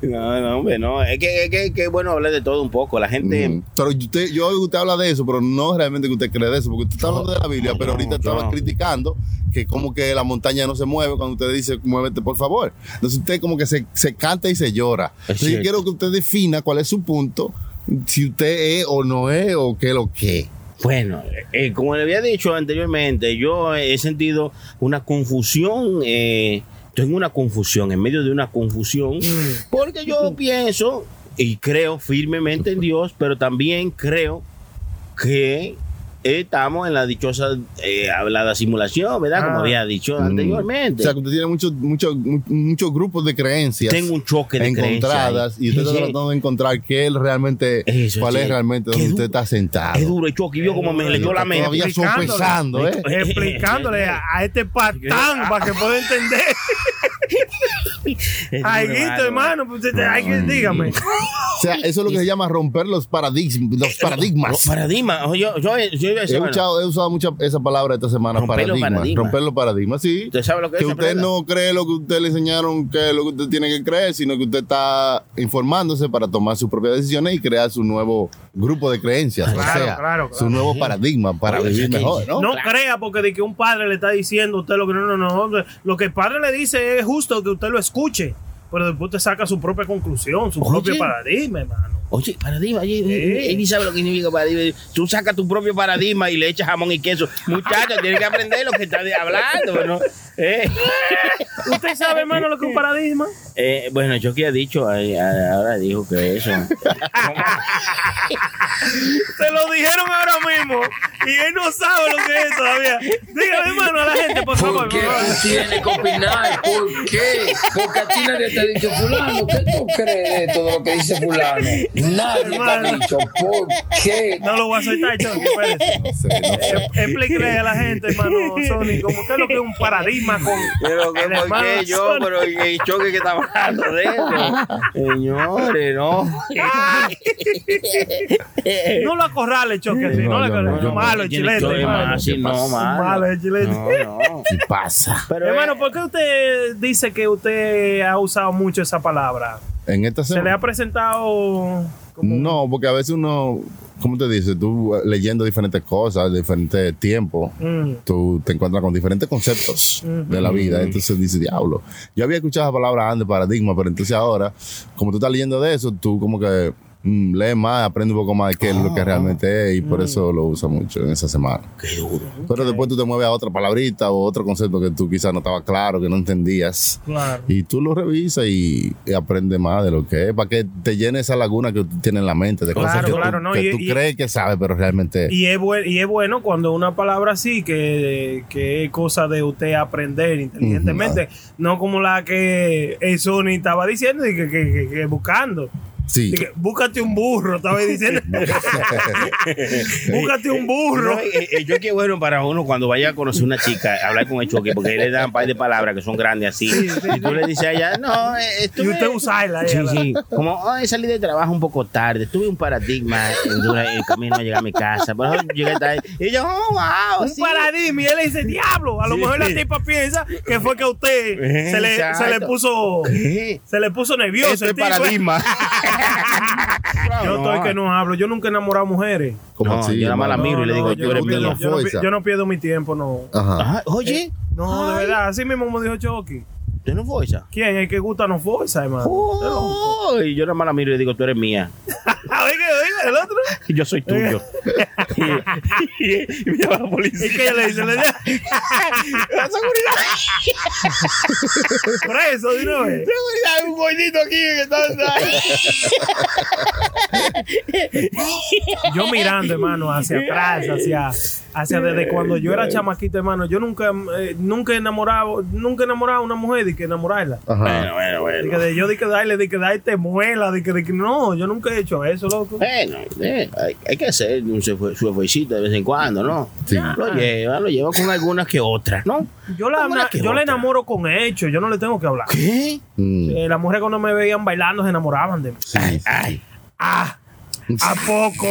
No, no, hombre, no. Es que es que- es que es bueno hablar de todo un poco. La gente. Mm. Pero usted, yo oigo que usted habla de eso, pero no realmente que usted cree de eso, porque usted está hablando de la Biblia, pero ahorita no, estaba no. criticando que como que la montaña no se mueve cuando usted dice, muévete por favor. Entonces usted como que se, se canta y se llora. Entonces yo cierto. quiero que usted defina cuál es su punto, si usted es o no es, o qué lo que. Bueno, eh, como le había dicho anteriormente, yo he sentido una confusión. Eh, tengo una confusión, en medio de una confusión, porque yo pienso y creo firmemente en Dios, pero también creo que estamos en la dichosa eh, hablada simulación, ¿verdad? Como Ah. había dicho O anteriormente. sea, que usted tiene muchos muchos mu- muchos grupos de creencias. tengo un choque de encontradas creencias ahí. y usted Sí, está tratando de encontrar qué él realmente Eso, cuál es sí. realmente Qué donde du- usted está sentado Es duro el choque, y vio como me Usted leyó la está mente. todavía Explicándole. sopesando eh Explicándole a, a este patán para que pueda entender. Es muy Ay, Guito, bárbaro. hermano, pues, este, usted- ay, Mm. que- dígame. O sea, eso es lo que se llama romper los paradigmas. Los Los paradigmas. paradigmas. Oye, Yo, yo, yo, iba a He, decir, bueno, escuchado- he usado mucha esa palabra esta semana, Romper los paradigmas. paradigmas. Romper los paradigmas, sí. ¿Usted sabe lo que es Que esa usted palabra? no cree lo que usted le enseñaron que es lo que usted tiene que creer, sino que usted está informándose para tomar sus propias decisiones y crear su nuevo grupo de creencias. Claro, o sea, claro, claro. su nuevo paradigma para Oye, vivir es que- mejor, ¿no? No crea porque de que un padre le está diciendo a usted lo que no, no, no. Lo que el padre le dice es justo que usted lo escuche, pero después usted saca su propia conclusión, su Oye. propio paradigma, hermano. Oye, paradigma, oye, Eh. él ni sabe lo que significa paradigma. Tú sacas tu propio paradigma y le echas jamón y queso. Muchachos, tienes que aprender lo que estás hablando, ¿no? Eh, ¿Usted sabe, hermano, lo que es un paradigma? eh, bueno, yo que he dicho, ay, ay, ahora dijo que eso. Se lo dijeron ahora mismo y él no sabe lo que es todavía. Dígale, hermano, a la gente, por ¿Por favor. qué por favor. tú tienes que opinar? ¿Por qué? Porque a ti nadie te ha dicho fulano. ¿Qué tú crees de todo lo que dice fulano? Nadie te ha dicho por qué. No lo voy a aceptar, Johnny. espérese. Eh, E- Explíquele a la gente, hermano Sony, como que es lo que es un paradigma con. Pero que el por hermano qué yo, Sony. pero y el choque que está hablando de eso. Señores, no. No lo acorrales, choque. así, No, No, lo yo no, acorrales. yo malo, el Tiene chilete. choque, hermano. mano, sí, no, mano. Malo, el chilete. No, no. ¿Qué pasa? Pero, Hermano, ¿por qué usted dice que usted ha usado mucho esa palabra? En esta ¿Se le semana. ha presentado como No, porque a veces uno, ¿cómo te dice? Tú eh, leyendo diferentes cosas, diferentes tiempos, Mm. tú te encuentras con diferentes conceptos de la vida. Entonces dices, diablo. Yo había escuchado esa palabra antes, paradigma, pero entonces ahora, como tú estás leyendo de eso, tú como que mm, lees más, aprendes un poco más de qué es lo Ah. que realmente es y Mm. por eso lo usa mucho en esa semana. Qué duro. Pero después tú te mueves a otra palabrita o otro concepto que tú quizás no estaba claro, que no entendías. Claro. Y tú lo revisas y, y aprendes más de lo que es, para que te llene esa laguna que tú tienes en la mente, de Claro, cosas que, claro, tú, no, que y- tú y- crees que sabes, pero realmente... Y es, buen- y es bueno cuando una palabra así, que, que es cosa de usted aprender inteligentemente, no como la que el Sony estaba diciendo y que, que- que- que buscando. sí. Y que, búscate un burro, estaba diciendo. búscate un burro. No, eh, eh, yo que bueno para uno cuando vaya a conocer una chica, hablar con el choque, porque le dan un par de palabras que son grandes así. y tú le dices a ella, no, eh, estuve- Y usted usarla. Sí, ella, sí. Como, ay, salí de trabajo un poco tarde, tuve un paradigma en dura- el camino a llegar a mi casa, pero llegué tarde. Y yo, oh, wow, un sí. paradigma y él le dice diablo a lo Sí. mejor la tipa piensa que fue que usted Eh, se, le, se le exacto. puso ¿Qué? se le puso nervioso Eso el es tipo, ¿eh? paradigma. yo estoy que no hablo yo nunca he enamorado mujeres como No, así, yo nada más la hermano. miro y le digo, tú no eres pierdo- mía. yo no pi- Fuerza. yo no pierdo mi tiempo no Ajá. Ah, oye, Eh, no de ay, verdad así mismo como dijo Chucky ¿Usted no fue esa? quién el que gusta no fuerza hermano Uh. Uy, yo nada más la miro y le digo, tú eres mía. oiga oiga el otro Yo soy tuyo. y, y me llama la policía. ¿Y qué le dice? Le dice, La seguridad. preso de una vez. Hay un boinito aquí que Ah. está. Yo mirando, hermano, hacia atrás, hacia, hacia desde cuando yo era chamaquito, hermano, yo nunca, eh, nunca enamoraba, nunca enamoraba a una mujer y que enamorarla. Ajá. Bueno, bueno, De que bueno. de- yo de que darle, de que darte muela, de que, de que no, yo nunca he hecho eso, loco. Bueno, eh, hay, hay que hacer un esfue- su esfuercito de vez en cuando, ¿no? Sí. Lo lleva, lo lleva con algunas que otras, ¿no? Yo la, Una que yo la otra. enamoro con hechos, yo no le tengo que hablar. ¿Qué? Mm. Eh, las mujeres cuando me veían bailando se enamoraban de mí. Ay, ay. Ah, ¿a poco?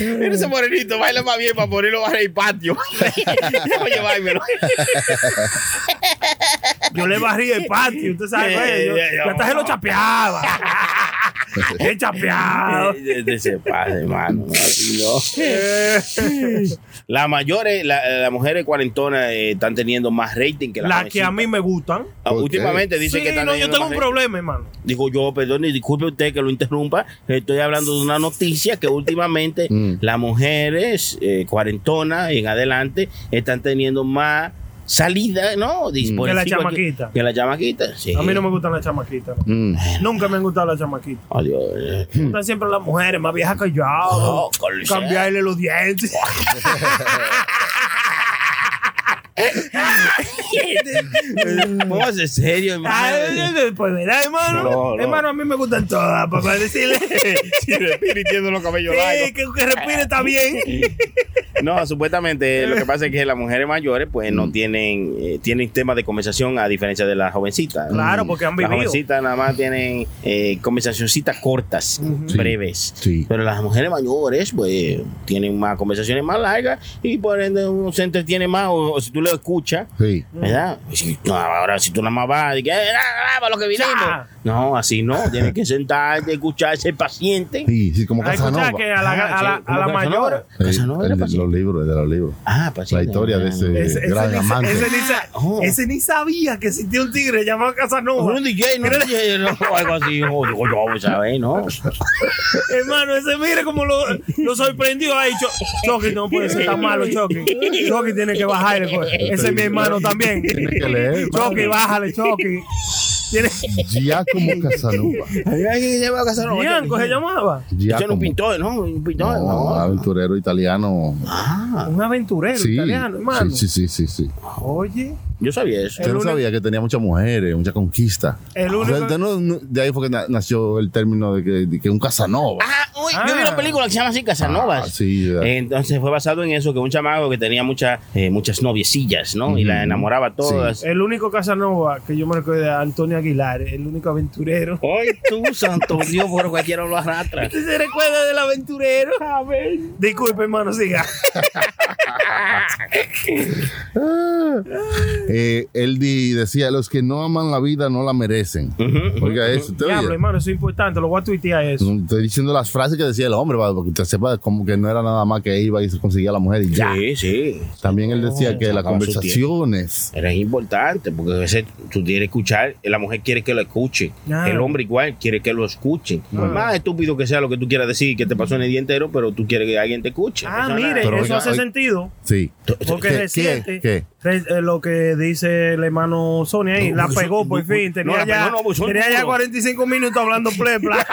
Mira ese morenito, baila más bien para ponerlo bajo el patio. Déjame llevármelo. Yo le barría el patio, usted sabe, güey, yo, Eh, yo hasta se lo chapeaba. El chapeado. Eh, eh, se pasa, hermano. no, así no. Eh, Las mayores, la- las mujeres cuarentonas eh, están teniendo más rating que las Las que a jovencitas. mí me gustan. Ah, Últimamente dicen sí, que están no, yo teniendo tengo un más rating. problema, hermano. Digo yo, perdón, y disculpe usted que lo interrumpa. Estoy hablando de una noticia que últimamente Mm. las mujeres eh, cuarentonas y en adelante están teniendo más salida, ¿no? Dis- por Que la decir cualquier- chamaquita. Que la chamaquita, sí. A mí no me gustan las chamaquitas. no. Mm. Nunca me han gustado las chamaquitas. Adiós. Mm. Me Gustan siempre las mujeres más viejas que yo. Oh, con- cambiarle los dientes. Póngase serio, hermano. Ay, pues ¿verdad, hermano. No, no. Hermano, a mí me gustan todas, papá. Decirle. Si respira y tiene los cabellos sí, que, que respire está bien. No, supuestamente eh, lo que pasa es que las mujeres mayores pues no tienen eh, tienen temas de conversación a diferencia de las jovencitas. Claro, porque han Las vivido. jovencitas nada más tienen eh, conversacioncitas cortas, breves. Sí. Pero las mujeres mayores pues tienen más conversaciones más largas y por ende uno se entretiene más o, o si tú lo escuchas. Sí. ¿Verdad? Si- no, ahora si tú nada más vas, y que, "Eh, ah, ah, para lo que vinimos. Ya. No, así no. Tienes que sentarte, escuchar, ser paciente. Ah, Sí, sí, como Hay que escuchar Casanova. que a la, a la, a la mayor. Sí, Casanova el era de paciente. los libros, el de los libros. Ah, paciente. La historia de ese Ese, ese gran ni, sa- amante. ese ni sa- Oh. ese ni sabía que existía un tigre llamado Casanova. Un DJ, no era DJ, no, o algo así. o digo, yo voy a saber, ¿no? Hermano, ese mire como lo, lo sorprendió ahí. Cho- Chucky no puede ser tan malo, Chucky. Chucky tiene que bajarle. co- Ese es mi hermano también. Tiene que leer, Choque, mano. bájale, choque. Tiene- Giacomo Casanova. Bianco se llamaba. Ese era Giacomo. un pintor, ¿no? Un pintor. No, ¿no? aventurero italiano. Un aventurero Sí, Ah, italiano, hermano. sí, sí, sí, sí, sí. Oye. Yo sabía eso. Usted no único- sabía que tenía muchas mujeres, mucha conquista. El O sea, único- usted no- no- de ahí fue que na- nació el término de que, de que un Casanova. Ah, uy, yo vi una película que se llama así Casanovas. Ah, sí, Eh. ya. Entonces fue basado en eso, que un chamaco que tenía muchas eh, muchas noviecillas, ¿no? Y la enamoraba a todas. El único Casanova que yo me recuerdo de Antonio Aguilar, el único aventurero. Ay, tú, santo Dios, por cualquiera lo arrastra. ¿Usted se recuerda del aventurero? A ver. Disculpe, hermano, siga. Eh, él di- decía, los que no aman la vida no la merecen. Oiga eso, usted Diablo, oye. hermano, eso es importante. Lo voy a tuitear eso. Estoy diciendo las frases que decía el hombre, para que usted sepa como que no era nada más que iba y se conseguía la mujer y ya. Sí, sí. También él decía que las sacaba su tiempo. conversaciones... Era importante, porque a veces tú tienes que escuchar, la mujer quiere que lo escuche, Ah. el hombre igual quiere que lo escuche. Por más estúpido que sea lo que tú quieras decir, que te pasó en el día entero, pero tú quieres que alguien te escuche. Ah, Eso es mire, nada. Pero eso oiga, hace oiga. sentido. Sí. Porque ¿Qué- qué- reciente, qué? re- eh, lo que dice el hermano Sony ahí, la abusó, pegó por no, fin. no, Tenía, la ya, pegó, pues, no, abusó, tenía no. ya 45 minutos hablando plepla.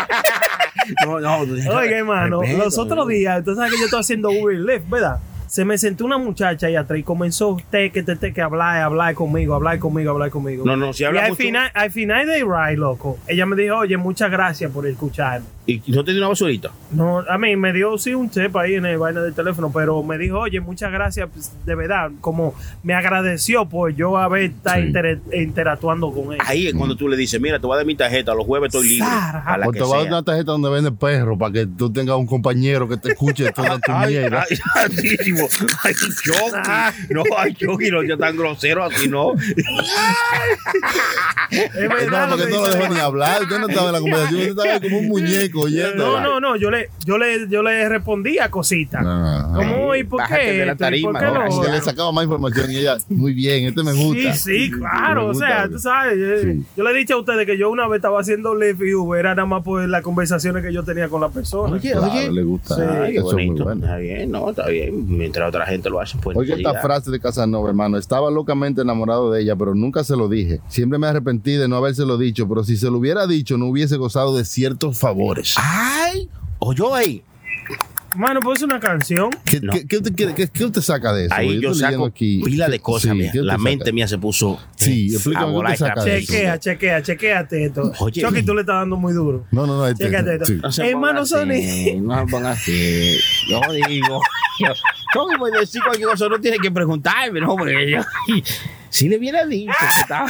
No, no, tú- Oiga, hermano, Respeto, los otros días, tú sabes que yo estoy haciendo Uber Lyft, ¿verdad? Se me sentó una muchacha ahí atrás y comenzó usted que te que hablar, hablar conmigo, hablar conmigo, hablar conmigo. No, no, si y habla al mucho- final, al final de ride, loco, ella me dijo, oye, muchas gracias por escucharme. ¿Y no te dio una basurita? No, a mí me dio sí un chep ahí en el vaina del teléfono, pero me dijo, oye, muchas gracias, pues, de verdad, como me agradeció por yo haber estado Sí. inter- interactuando con ella. Ahí es cuando tú le dices, mira, te voy a dar mi tarjeta, los jueves estoy libre. Sara. A la O que te va a dar sea. una tarjeta donde vende perro para que tú tengas un compañero que te escuche toda tu Ay, ay, mierda. ay, mínimo. Ay, Chucky. No, ay, Chucky, no, yo tan grosero así, no. Es Es verdad nada, lo porque que no lo dice. dejó ni hablar. Usted no estaba en la conversación, usted estaba como un muñeco oyendo. No, no, no, yo le, yo le, yo le respondía cositas. Ah. ¿Cómo y por Bájate qué? de la esto? ¿Y por tarima, qué ¿no? lo Usted le otro? sacaba más información y ella, muy bien, este me gusta. Sí, sí, claro. Me O gusta, sea, bro. tú sabes, eh, Sí. yo le he dicho a ustedes que yo una vez estaba haciendo Lyft y Uber, era nada más por las conversaciones que yo tenía con la persona. Claro, le gusta. Sí. Ay, Ay, eso es muy bonito. bueno. Está bien, no, está bien. Mientras otra gente lo hace, pues. Oye, esta ya. frase de Casanova, hermano. Estaba locamente enamorado de ella, pero nunca se lo dije. Siempre me arrepentí de no habérselo dicho, pero si se lo hubiera dicho, no hubiese gozado de ciertos favores. Ah, Ay, oyó ahí. Mano, pues es una canción. ¿Qué, No. qué- qué usted, quiere- qué- qué usted saca de eso? Ahí Porque yo estoy leyendo saco aquí. pila de cosas, Sí, mía. ¿qué usted La saca? mente mía se puso. Sí, eh, explícame a qué volar te saca de y eso. Chequea, chequea, chequéate esto. Oye. Chucky, tú le estás dando muy duro. No, no, no. este- Chécate esto. sí. No se ponga Hermano así, No se ponga así. Yo digo. yo- ¿Cómo voy a decir cualquier cosa? No tiene que preguntarme, ¿no? Porque yo. Si le hubiera dicho que estaba.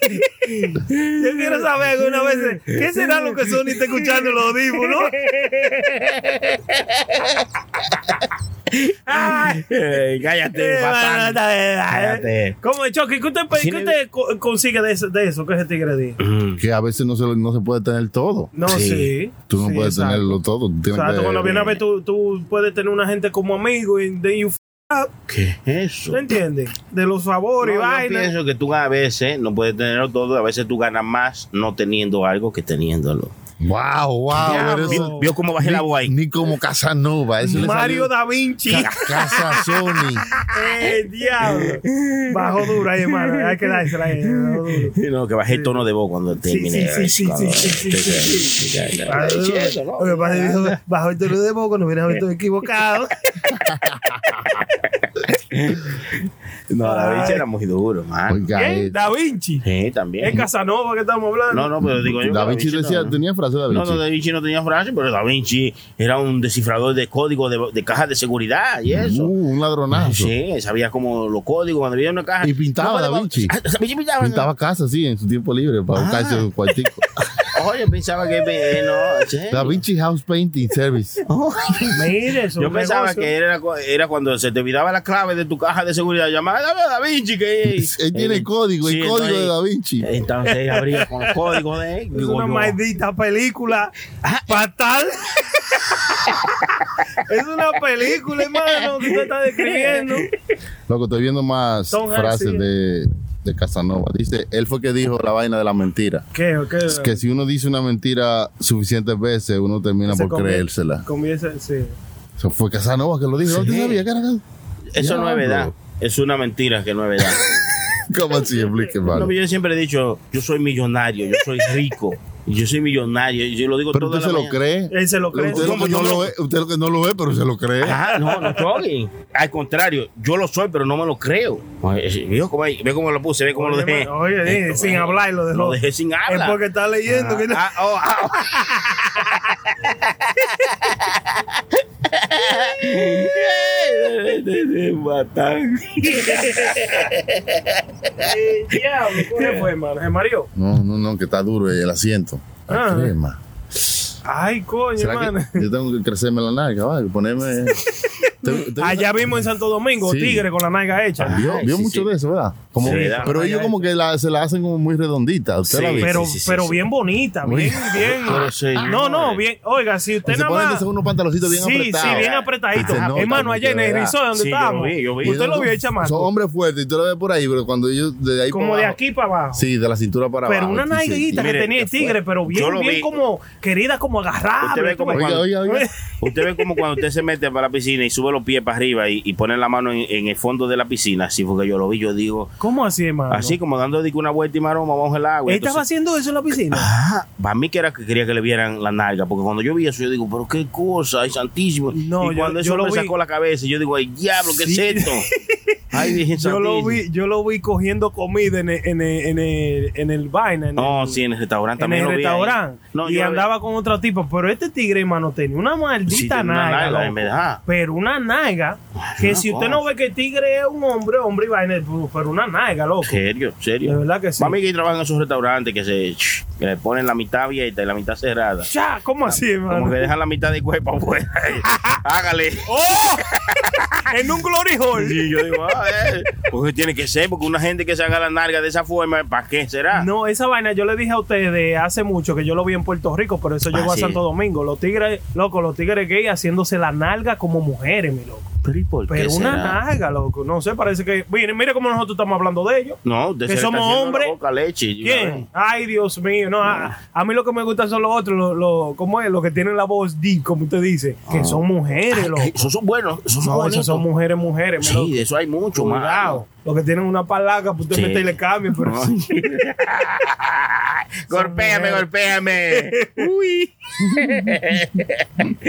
Yo quiero saber alguna vez qué será lo que Sony está escuchando en los audífonos. Ay, Ey, cállate, eh, bueno, patán. está bien, está bien. Espérate. ¿Cómo Chucky? ¿Qué usted, Sí, qué le- usted co- consigue de eso, de eso que ese tigre dijo? Mm, Que a veces no se, lo- no se puede tener todo. No, Sí. sí. Tú no Sí, puedes exacto. tenerlo todo. tú tienes Exacto, que- cuando viene a ver, tú, tú puedes tener una gente como amigo y de you f- up, ¿Qué es eso? ¿tú entiendes? De los favores y No, yo vainas. pienso que tú a veces no puedes tenerlo todo, a veces tú ganas más no teniendo algo que teniéndolo. Wow, wow. Diablo. pero eso- Oh. Vio cómo bajé la voz ahí. Ni como Casanova. Eso le salió Mario da Vinci. Ca- Casa Sony. ¡Eh, diablo! Bajo duro ahí, hermano. Hay que dársela ahí. Bajo duro. No, que bajé el tono de voz cuando terminé. sí, sí, Cuando- sí, sí, sí, sí, Ya, ya, ya. Bajo duro. Diciendo, ¿no? Oye, padre, dijo, Bajo el tono de voz cuando hubiera visto equivocado. No, la bicha era muy duro, man. Oiga, ¿Quién? eh, Da Vinci. Sí, Es también. Casanova que estamos hablando. No, no, pero digo yo. Da que Vinci no, decía, no. tenía frase de Da No, Vinci. no, Da Vinci no tenía frase, pero Da Vinci era un descifrador de códigos de, de cajas de seguridad y eso. Uh, un ladronazo. Sí, sabía como los códigos cuando veía una caja. Y pintaba No, Da vale, Vinci. Ah, Da Vinci pintaba. Pintaba casa, sí, en su tiempo libre Ah. para buscarse un cuartico. Oye, pensaba que eh, no. sí. Da Vinci House Painting Service. Mire eso. Yo un pensaba negocio. que era, cu- era cuando se te olvidaba la clave de tu caja de seguridad. Llamaba dame a Da Vinci que Eh, Él tiene el código, el Sí, Eh. código de entonces- Da Vinci. Entonces él abría con el código de él. Es Digo una yo, maldita película fatal. es una película, hermano, que usted está describiendo. Loco, estoy viendo más Tom Hanks, frases sí. de, de Casanova. Dice, él fue que dijo la vaina de la mentira. ¿Qué? ¿Qué? Eh. Que si uno dice una mentira suficientes veces, uno termina Se por convierte- creérsela. Comienza, sí. Eso fue Casanova que lo dijo. ¿No te sabía que era Cas- Eso Ya, no es verdad. bro. Es una mentira que no es verdad. ¿Cómo así? Explique, No, mano. yo siempre he dicho, yo soy millonario, yo soy rico, yo soy millonario, y yo lo digo Pero toda usted se la lo mañana. cree. Él se Eh, lo cree. Usted lo que no lo ve, usted lo que no lo ve, pero se lo cree. Ajá, no, no soy. Al contrario, yo lo soy, pero no me lo creo. Ay, Vio cómo, ahí, ve cómo lo puse, ve cómo lo dejé. Oye, dije, Esto, sin bueno, hablar y lo dejó. Lo dejé sin Es habla. porque está leyendo. que no- Ah, oh, ah, oh. Matan. oh. ¿Qué fue, mano? ¿Se mareó? No, no, no, que está duro el asiento. La Ah. crema. Ay, coño, ¿Será mano. que yo tengo que crecerme la nalga, vale? Ponerme. Tengo- tengo- Allá vimos en Santo Domingo, Sí. Ah, tigre con la nalga hecha. Vio, Ay, vio sí, mucho sí. de eso, ¿verdad? Como, Sí, ¿verdad? pero ellos como que la- se la hacen como muy redondita. Usted Sí, la ve. pero sí, sí, pero sí. bien bonita, Muy- bien, bien. Ah, Pero, señores. no, no, bien. Oiga, si Y usted se nada ponen de más. esos unos pantaloncitos bien sí, apretados. sí, bien apretadito. Y se nota Hermano, allá en mucho, el ¿verdad? resort donde Sí, yo estábamos. vi, yo vi. Usted lo Son- vio, el chamaco. Son hombres fuertes, y tú lo ves por ahí, pero cuando ellos de ahí como para de abajo- aquí para abajo. Sí, de la cintura para Pero abajo. una sí, sí. nalguita que Mire, tenía el qué fue. tigre, pero Yo bien, lo bien vi. como querida, como Usted agarrable. ve tú como ves. Oiga, cuando- oiga, oiga. Usted ve como cuando usted se mete para la piscina y sube los pies para arriba y, y pone la mano en, en el fondo de la piscina. Así porque yo lo vi, yo digo, ¿Cómo así, hermano? así como dando digo, una vuelta y maroma bajo el agua. Él estaba Entonces, haciendo eso en la piscina. ah, para mí que era que quería que le vieran la nalga, porque cuando yo vi eso, yo digo, pero qué cosa, ay santísimo. No, y yo- cuando yo eso lo me vi. sacó la cabeza, yo digo, ay diablo, ¿qué Sí. es esto? Ay, Virgen Yo lo santísima. vi, yo lo vi cogiendo comida en el, en el, en el, en el vaina. en No, el- sí, en el restaurante en también el lo vi ahí. restaurante No, y yo lo vi. andaba con otro tipo. Pero este tigre, hermano, tenía una maldita Sí, tenía una nalga. nalga, loco. en verdad. Pero una nalga que una si usted cosa. no ve que el tigre es un hombre, hombre y vaina, pero una nalga, loco. Serio, serio. De verdad que sí. Mami que trabaja en esos restaurantes que se que le ponen la mitad abierta y la mitad cerrada. Ya, ¿cómo así, hermano? Como que dejan la mitad de cuerpo afuera. Hágale. ¡Oh! en un glory hole. Y yo digo, ah, eh, porque tiene que ser, porque una gente que se haga la narga de esa forma, ¿para qué será? No, esa vaina yo le dije a ustedes de hace mucho que yo lo vi en Puerto Rico, pero eso llegó Ah, a sí. Santo Domingo. Los tigres, loco, los tigres gay haciéndose la nalga como mujeres, mi loco. Pero ¿y por qué Pero una será? nalga, loco. No sé, parece que. Mire, mire cómo nosotros estamos hablando de ellos. No, usted se le Que está somos haciendo la hombres. boca leche. de una ¿Quién? vez. Ay, Dios mío. No, a, a mí lo que me gustan son los otros, los, los- ¿cómo es? Los que tienen la voz deep, como usted dice. Que son mujeres, loco. Eh, Esos son buenos, esos Ah. son No, bonitos. esos son mujeres, mujeres, mi Sí, loco. de eso hay mucho más. Cuidado. Los que tienen una palaca, pues usted Sí. mete y le cambia, pero No. sí. Golpéame, golpéame. Uy.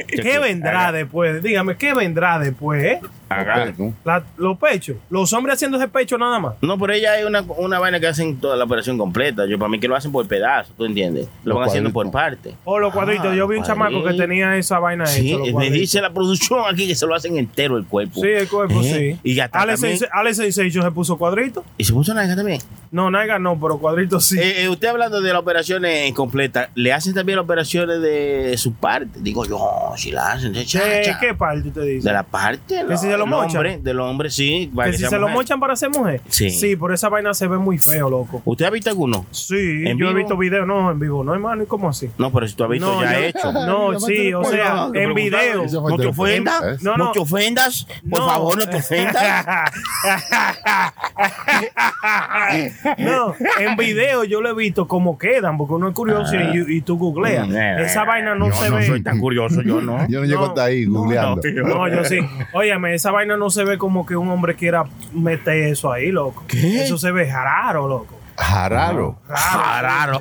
¿Qué vendrá después? Dígame, ¿qué vendrá después? eh? Agarra. La- los pechos. Los hombres haciéndose pecho nada más. No, por ella hay una, una vaina que hacen toda la operación completa. Yo para mí que lo hacen por pedazos, ¿tú entiendes? Lo Los van haciendo por cuadritos. parte. O los cuadritos. Yo vi un los chamaco que cuadritos. tenía esa vaina Ah, Sí, hecha, los me cuadritos. dice la producción aquí que se lo hacen entero el cuerpo. Sí, el cuerpo, Eh, sí. Y ya está Ale también. 6- Ale 668 se puso cuadrito. ¿Y se puso naranja también? No, nalga no, pero cuadrito sí. Eh, eh, usted hablando de las operaciones completas, ¿le hacen también las operaciones de su parte? Digo yo, si la hacen, cha, Eh, cha. ¿Qué parte usted dice? de la parte si se lo del mochan? hombre, del hombre, sí. para que que si sea se lo mujer. mochan para ser mujer. Sí. Sí, por esa vaina se ve muy feo, loco. ¿Usted ha visto alguno? Sí, ¿En yo he vivo? visto videos, no, en vivo, no, hermano, ¿y cómo así? No, pero si tú has visto No, ya yo- hecho. No, sí, o sea, que en preguntaron, video. eso No te ofendas, No, no, no, no. te ofendas, por No. favor, no te ofendas. no, en video yo lo he visto como quedan, porque uno es curioso y, y tú googleas. Esa vaina no Ah. Mm, Yo se no ve. soy tan curioso, yo no. Yo no llego No, hasta ahí no, googleando. No, yo sí. Óyeme, esa vaina no se ve como que un hombre quiera meter eso ahí, loco. Eso se ve raro, loco. Jararo. Ah, raro.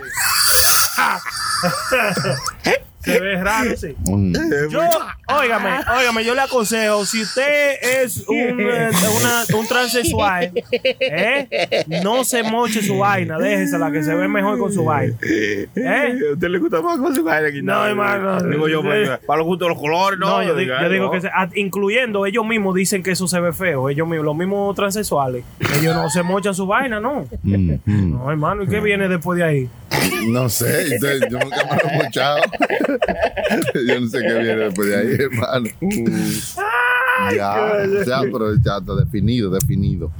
Se ve raro, sí. Mm. Yo, óigame, óigame, yo le aconsejo, si usted es un, eh, una- un transexual, ¿eh? no se moche su vaina, déjesela que se ve mejor con su vaina. ¿eh? ¿A usted le gusta más con su cara aquí? No, hermano. Digo yo, pues, para los gustos de los colores, No, no. yo, di- yo digo que, se- a- incluyendo ellos mismos dicen que eso se ve feo, ellos mismos, los mismos transexuales, ellos no se mochan su vaina, no. Mm, mm. No, hermano, ¿y qué viene después de ahí? No sé, yo- yo nunca me lo he escuchado. yo no sé qué viene después de ahí, hermano. ya, ya, pero ya está definido, definido.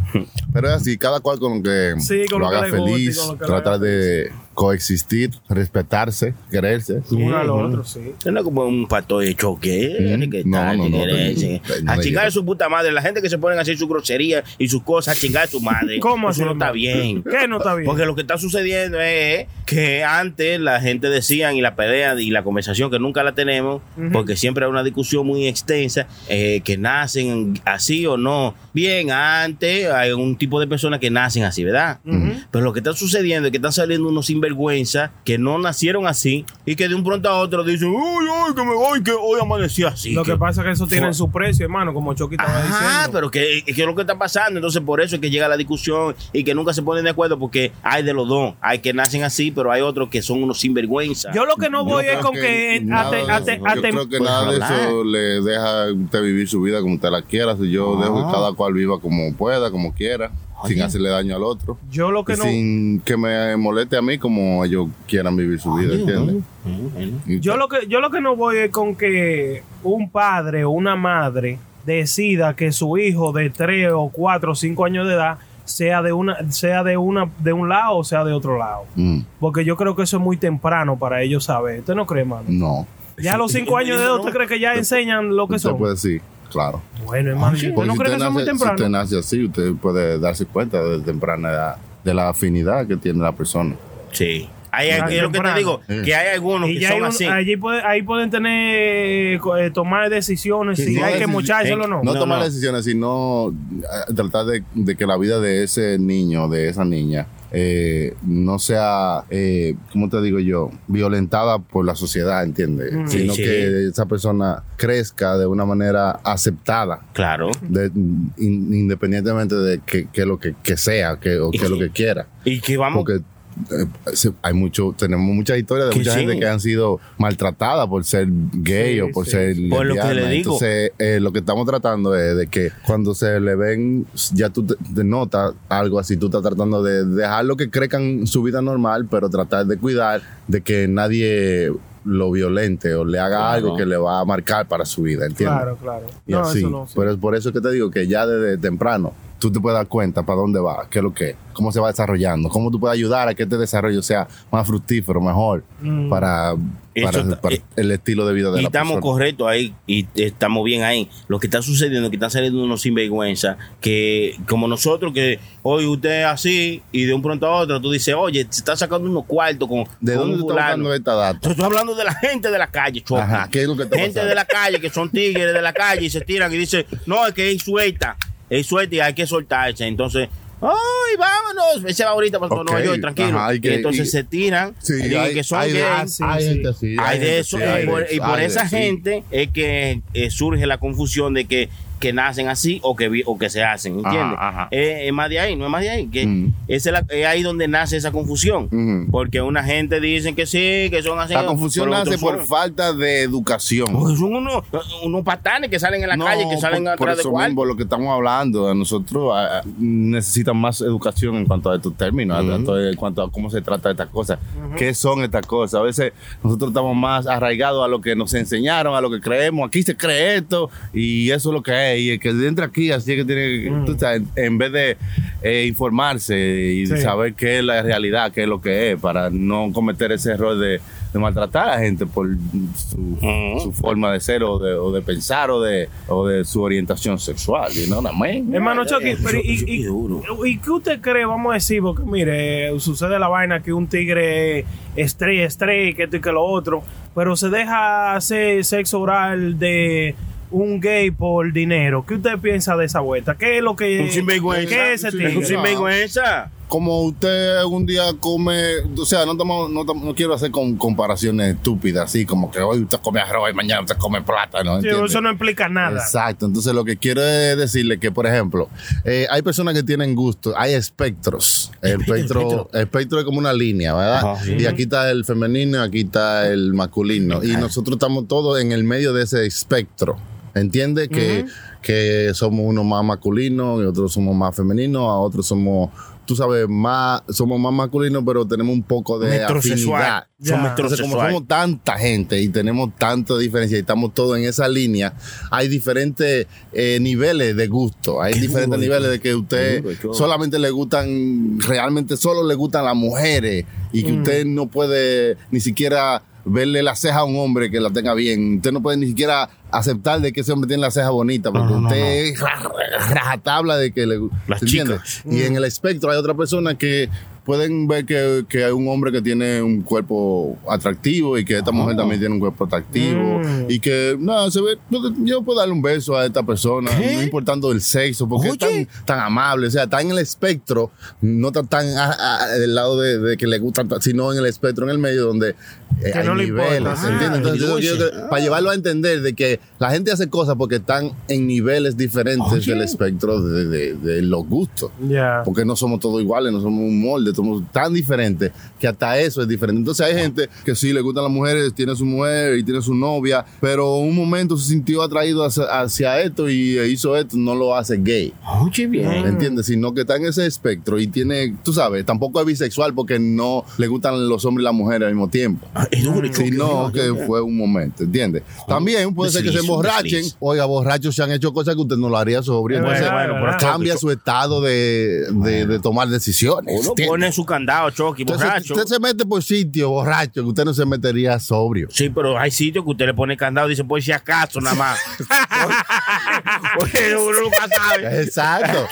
Pero es así, cada cual con lo que Sí, con lo lo que haga le guste y feliz, con lo que le tratar haga de coexistir, respetarse, quererse. Uno al otro, sí. Eso No es como un pato de choque. Mm. tiene que No, estar, no, que no, querer, no, sí. no, no A diga chingar a eso. su puta madre. La gente que se ponen a hacer sus groserías y sus cosas, a chingar a su madre. ¿Cómo así, Eso no está hermano? bien. ¿Qué no está bien? Porque lo que está sucediendo es que antes la gente decían y la pelea y la conversación que nunca la tenemos, porque siempre hay una discusión muy extensa, eh, que nacen así o no. Bien, antes hay un tipo de personas que nacen así, ¿verdad? Pero lo que está sucediendo es que están saliendo unos sinvergüenzas que no nacieron así y que de un pronto a otro dicen, uy, uy, que me voy, que hoy amanecí así. Lo que pasa es que eso tiene Fue- su precio, hermano, como Chucky estaba Ajá, diciendo. pero que, que es lo que está pasando. Entonces, por eso es que llega la discusión y que nunca se ponen de acuerdo porque hay de los dos. Hay que nacen así, pero hay otros que son unos sinvergüenza. Yo lo que no Yo voy es creo con que ate- nada de ate- eso- yo ate- creo que pues, nada de hablar. eso le deja a usted vivir su vida como usted la quiera. Si yo Ah. dejo que cada cual viva como pueda, como quiera, sin hacerle daño al otro. Yo lo que y no. sin que me moleste a mí como ellos quieran vivir Ah, su vida, ¿entiendes? Y Yo lo que yo lo que no voy es con que un padre o una madre decida que su hijo de 3 o 4 o 5 años de edad sea de una sea de una de un lado o sea de otro lado. Mm, Porque yo creo que eso es muy temprano para ellos saber. ¿Usted no cree, mano? no, Ya a los 5 años de edad, ¿usted cree que ya enseñan lo que usted son? puede decir, claro. Bueno, hermano, ¿usted Porque no si cree que eso es muy nace- si usted temprano? nace así, usted puede darse cuenta de temprana edad de la afinidad que tiene la persona. Sí. Hay, Ah, es lo que te temprano. digo, que hay algunos Y que ya hay son un- así. allí puede- ahí pueden tener, eh, tomar decisiones Sí, si no hay que decisi- mochárselo o No, no. No, tomar no. decisiones, sino eh, tratar de, de que la vida de ese niño, de esa niña, eh, no sea, eh, ¿cómo te digo yo? Violentada por la sociedad, ¿entiendes? Mm. Sino Sí, sí. que esa persona crezca de una manera aceptada. Claro. de- in- independientemente de que, que lo que, que sea que, o que lo que quiera Y que vamos. porque eh, se- hay mucho tenemos muchas historias de Que mucha sí. gente que han sido maltratadas por ser gay Sí, o por sí. ser Por lo que lesbiana. le digo. entonces eh, lo que estamos tratando es de que cuando se le ven ya tú te, te notas algo así tú estás tratando de dejar lo que crezcan su vida normal pero tratar de cuidar de que nadie lo violente o le haga Claro. algo que le va a marcar para su vida ¿entiendes? Claro, claro. Y No, así. eso no. sí. Pero es por eso que te digo que ya desde temprano tú te puedes dar cuenta para dónde va, qué es lo que es, cómo se va desarrollando, cómo tú puedes ayudar a que este desarrollo sea más fructífero, mejor Mm. para, Eso para- está- para eh, el estilo de vida de Y la estamos persona. correctos ahí, y estamos bien ahí. Lo que está sucediendo es que están saliendo unos sinvergüenza, que como nosotros, que hoy usted es así, y de un pronto a otro tú dices, oye, se está sacando unos cuartos con. ¿De con dónde un tú estás fulano". buscando esta data? Yo estoy hablando de la gente de la calle, choca. Ajá, ¿qué es lo que está gente pasando? de la calle que son tigres de la calle y se tiran y dicen, no, es que es suelta, es suelta y hay que soltarse. Entonces, ¡ay, vámonos! Ese va ahorita para Ok, Nueva York, tranquilo. ajá, hay que- y entonces y- se tiran Sí, y dicen hay, que son hay de- gays. hay sí, sí. gente así. Hay gente de eso, así, hay y por, de y eso, por hay de esa eso, sí. gente es que eh, surge la confusión de que, que nacen así o que, vi- o que se hacen, ¿entiendes? Ajá, ajá. Eh, es más de ahí, no es más de ahí. Que Mm. esa es, la- es ahí donde nace esa confusión. Ujú. Porque una gente dicen que sí, que son así. La confusión pero nace otros por son- falta de educación. Porque son unos, unos patanes que salen en la calle, que salen por, por atrás de eso cuarto. mismo lo que estamos hablando, a nosotros a- a- necesitan más educación en cuanto a estos términos, a- a todo- en cuanto a cómo se trata estas cosas, qué son estas cosas. A veces nosotros estamos más arraigados a lo que nos enseñaron, a lo que creemos, aquí se cree esto y eso es lo que es, y el que entra aquí así es que tiene que, tú sabes, en vez de eh, informarse y Sí. saber qué es la realidad, qué es lo que es, para no cometer ese error de, de maltratar a la gente por su, su forma de ser o de, o de pensar o de, o de su orientación sexual. You know what I mean? Hermano Chucky, eh, pero yo- y, yo y- pido uno. y qué usted cree? Vamos a decir, porque mire, eh, sucede la vaina que un tigre estrella, estrella, que esto y que lo otro, pero se deja hacer sexo oral de un gay por dinero. ¿Qué usted piensa de esa vuelta? ¿Qué es lo que Un sinvergüenza. ¿Qué es ese Un Es un tigre? sinvergüenza. sinvergüenza. Como usted algún día come, o sea, no, estamos- no, estamos- no quiero hacer con- comparaciones estúpidas, así como que hoy usted come arroz y mañana usted come plátano. Sí, ¿entiende? eso no implica nada. Exacto. Entonces, lo que quiero es decirle que, por ejemplo, eh, hay personas que tienen gusto, hay espectros. El espectro, espectro es como una línea, ¿verdad? Ajá. Y aquí está el femenino, aquí está el masculino. Y nosotros estamos todos en el medio de ese espectro. ¿Entiendes? Que, que somos uno más masculino, y otros somos más femeninos, a otros somos tú sabes, más, somos más masculinos, pero tenemos un poco de Metrosexual. afinidad. Ya. Somos Entonces, como metrosexual. somos tanta gente y tenemos tanta diferencia y estamos todos en esa línea, hay diferentes eh, niveles de gusto. Hay diferentes niveles de que usted duro, chavo. solamente le gustan, realmente solo le gustan las mujeres y que usted no puede ni siquiera verle la ceja a un hombre que la tenga bien. Usted no puede ni siquiera aceptar de que ese hombre tiene la ceja bonita porque usted es ra- ra- rajatabla de que le gu- Las ¿se entiende? chicas. Y Mm. en el espectro hay otra persona que pueden ver que, que hay un hombre que tiene un cuerpo atractivo y que Ah. esta mujer también tiene un cuerpo atractivo Mm. y que no se ve no, yo puedo darle un beso a esta persona no importando el sexo porque es tan, tan amable o sea está en el espectro no está tan a- a- del lado de, de que le gusta sino en el espectro en el medio donde eh, hay no le importa. niveles Ah, ¿entiendes? Entonces, yo diluye. quiero que- para llevarlo a entender de que la gente hace cosas porque están en niveles diferentes del espectro de, de- de los gustos Ya. porque no somos todos iguales, no somos un molde, somos tan diferentes que hasta eso es diferente. Entonces hay gente que sí le gustan las mujeres, tiene su mujer y tiene su novia, pero un momento se sintió atraído hacia, hacia esto y hizo esto, no lo hace gay, Oye, bien. ¿entiendes? Sino que está en ese espectro y tiene, tú sabes, tampoco es bisexual porque no le gustan los hombres y las mujeres al mismo tiempo. Es duro, Si choque, no, ya, que ya. fue un momento, ¿entiendes? También puede ser que se desliz, Ah, un emborrachen. desliz. Oiga, borrachos se han hecho cosas que usted no lo haría sobrio. Es Entonces, verdad, es verdad. cambia su estado de, de- de tomar decisiones. Uno ¿entiendes? pone su candado, Chucky, Entonces, borracho. usted se mete por sitio borracho, que usted no se metería sobrio. Sí, pero hay sitios que usted le pone candado y dice, pues si acaso nada más. Porque uno nunca sabe. Exacto.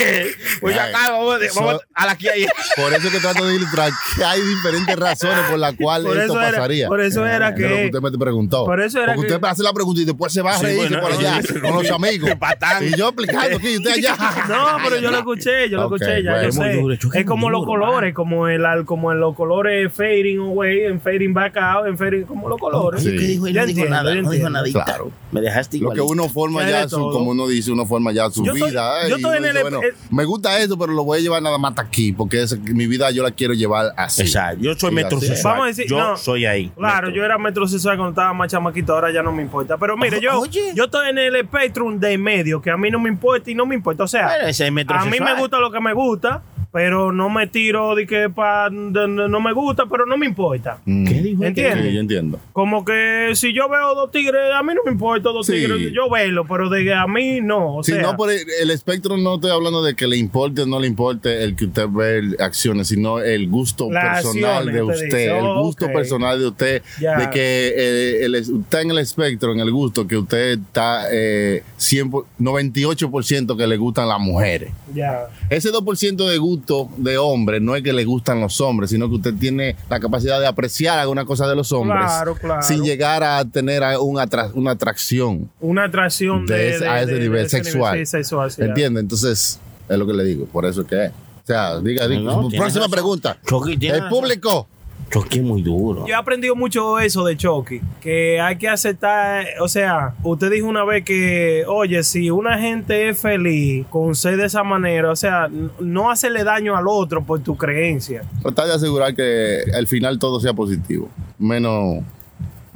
Pues si acaso, vamos, a- vamos a la que hay. Por eso que trato de ilustrar que hay diferentes razones por las cuales Por esto eso era- pasaría. por eso era lo que- usted me preguntó. por eso era Porque que- usted me hace la pregunta y después se va a Sí, reír bueno, por allá sí. con los amigos. Patán. Y yo explicando aquí y usted allá. No, pero yo lo escuché, yo lo Ok, escuché, ya bueno. yo Es muy sé. duro, Chucky, es es como muy los duro, colores, como el al- como en los colores fading away, en fading back out, en fading como los colores. Sí. ¿Qué dijo Yo entiendo, yo entiendo. Claro. Me dejaste Lo igual. que uno forma Ya de ya, su, todo. como uno dice, uno forma ya su Yo estoy- vida. yo Ay, estoy uno en dice, el- e-, bueno, el- me gusta esto, pero lo voy a llevar nada más hasta aquí, porque es- mi vida yo la quiero llevar así. Exacto. Yo soy Sí, así es. metrosexual. Vamos a decir, yo no. soy ahí. Claro, yo era metrosexual cuando estaba más chamaquito, ahora ya no me importa. Pero mire, yo, Oye. yo estoy en el spectrum de medio, que a mí no me importa y no me importa. O sea, Bueno, ese es a mí metrosexual. me gusta lo que me gusta, pero no me tiro de que pa, de- de- no me gusta, pero no me importa. Mm. ¿Qué dijo? este? ¿Entiendes? Sí, yo entiendo. Como que si yo veo dos tigres, a mí no me importa dos Sí. tigres, yo velo, pero de que a mí no. O Si sea, no, por el, el espectro no estoy hablando de que le importe o no le importe el que usted ve el- acciones, sino el gusto Las personal acciones, de usted usted, dice. el Oh, gusto ok. personal de usted, Ya. de que eh, el es- está en el espectro, en el gusto, que usted está eh, 100 por- 98% que le gustan las mujeres. ya. Ese 2% de gusto de hombre no es que le gustan los hombres, sino que usted tiene la capacidad de apreciar alguna cosa de los hombres Claro, claro. sin llegar a tener a un atra- una atracción Una atracción de, de ese- a de- ese de- nivel de ese sexual. sí, sexual, sí, ya. ¿Entiendes? Entonces, es lo que le digo, por eso es que es. O sea, diga, diga. No, no, tienes próxima razón. pregunta. Chucky, tienes El razón. público. Choque es muy duro. Yo he aprendido mucho eso de Chucky, que hay que aceptar, o sea, usted dijo una vez que, oye, si una gente es feliz con ser de esa manera, o sea, n- no hacerle daño al otro por tu creencia. Tratar de asegurar que al final todo sea positivo, menos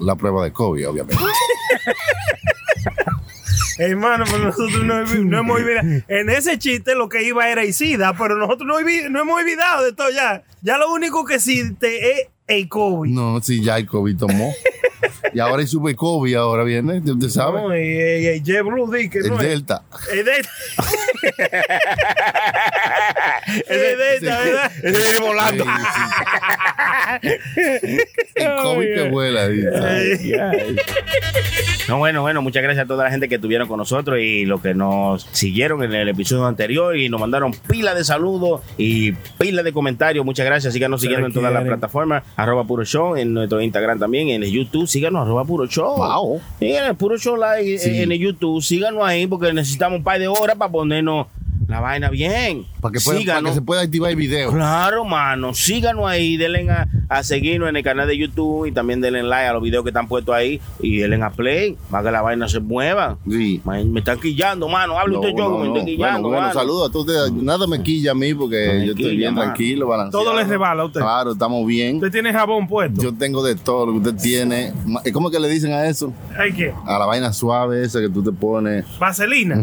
la prueba de COVID, obviamente. Hermano, pero nosotros no, he- no hemos olvidado. En ese chiste lo que iba era Isida, pero nosotros no, olvi- no hemos olvidado de todo ya. Ya lo único que sí te es el COVID. No, si ya el COVID tomó. Y ahora hay super COVID, ahora viene, usted sabe. No, y, y- y JetBlue di que El no es. Delta. Eh, El Delta. Eh, El Delta, ¿verdad? Ese es volando. El COVID que vuela. dice. No, bueno, bueno, muchas gracias a toda la gente que estuvieron con nosotros y los que nos siguieron en el episodio anterior y nos mandaron pila de saludos y pila de comentarios. Muchas gracias. Síganos siguiendo en todas las quieren. plataformas, arroba puro show, en nuestro Instagram también, en el YouTube, síganos arroba puro show. Wow. Sí, en el puro show live Sí. en el YouTube, síganos ahí porque necesitamos un par de horas para ponernos la vaina bien. Para que, pueda- para que se pueda activar el video. Claro, mano. Síganos ahí, denle a, a seguirnos en el canal de YouTube y también denle like a los videos que están puestos ahí y denle a play para que la vaina se mueva. Sí. Man, me están quillando, mano. Hable No, usted, yo, no, me no. están Bueno, quillando. bueno, mano. saludos a todos. Nada me quilla a mí porque No me yo estoy quilla, bien mano. tranquilo, balanceado. Todo les rebala a usted. Claro, estamos bien. Usted tiene jabón puesto. Yo tengo de todo lo que usted tiene. Ma- ¿Cómo que le dicen a eso? ¿Hay qué? A la vaina suave esa que tú te pones. Vaselina.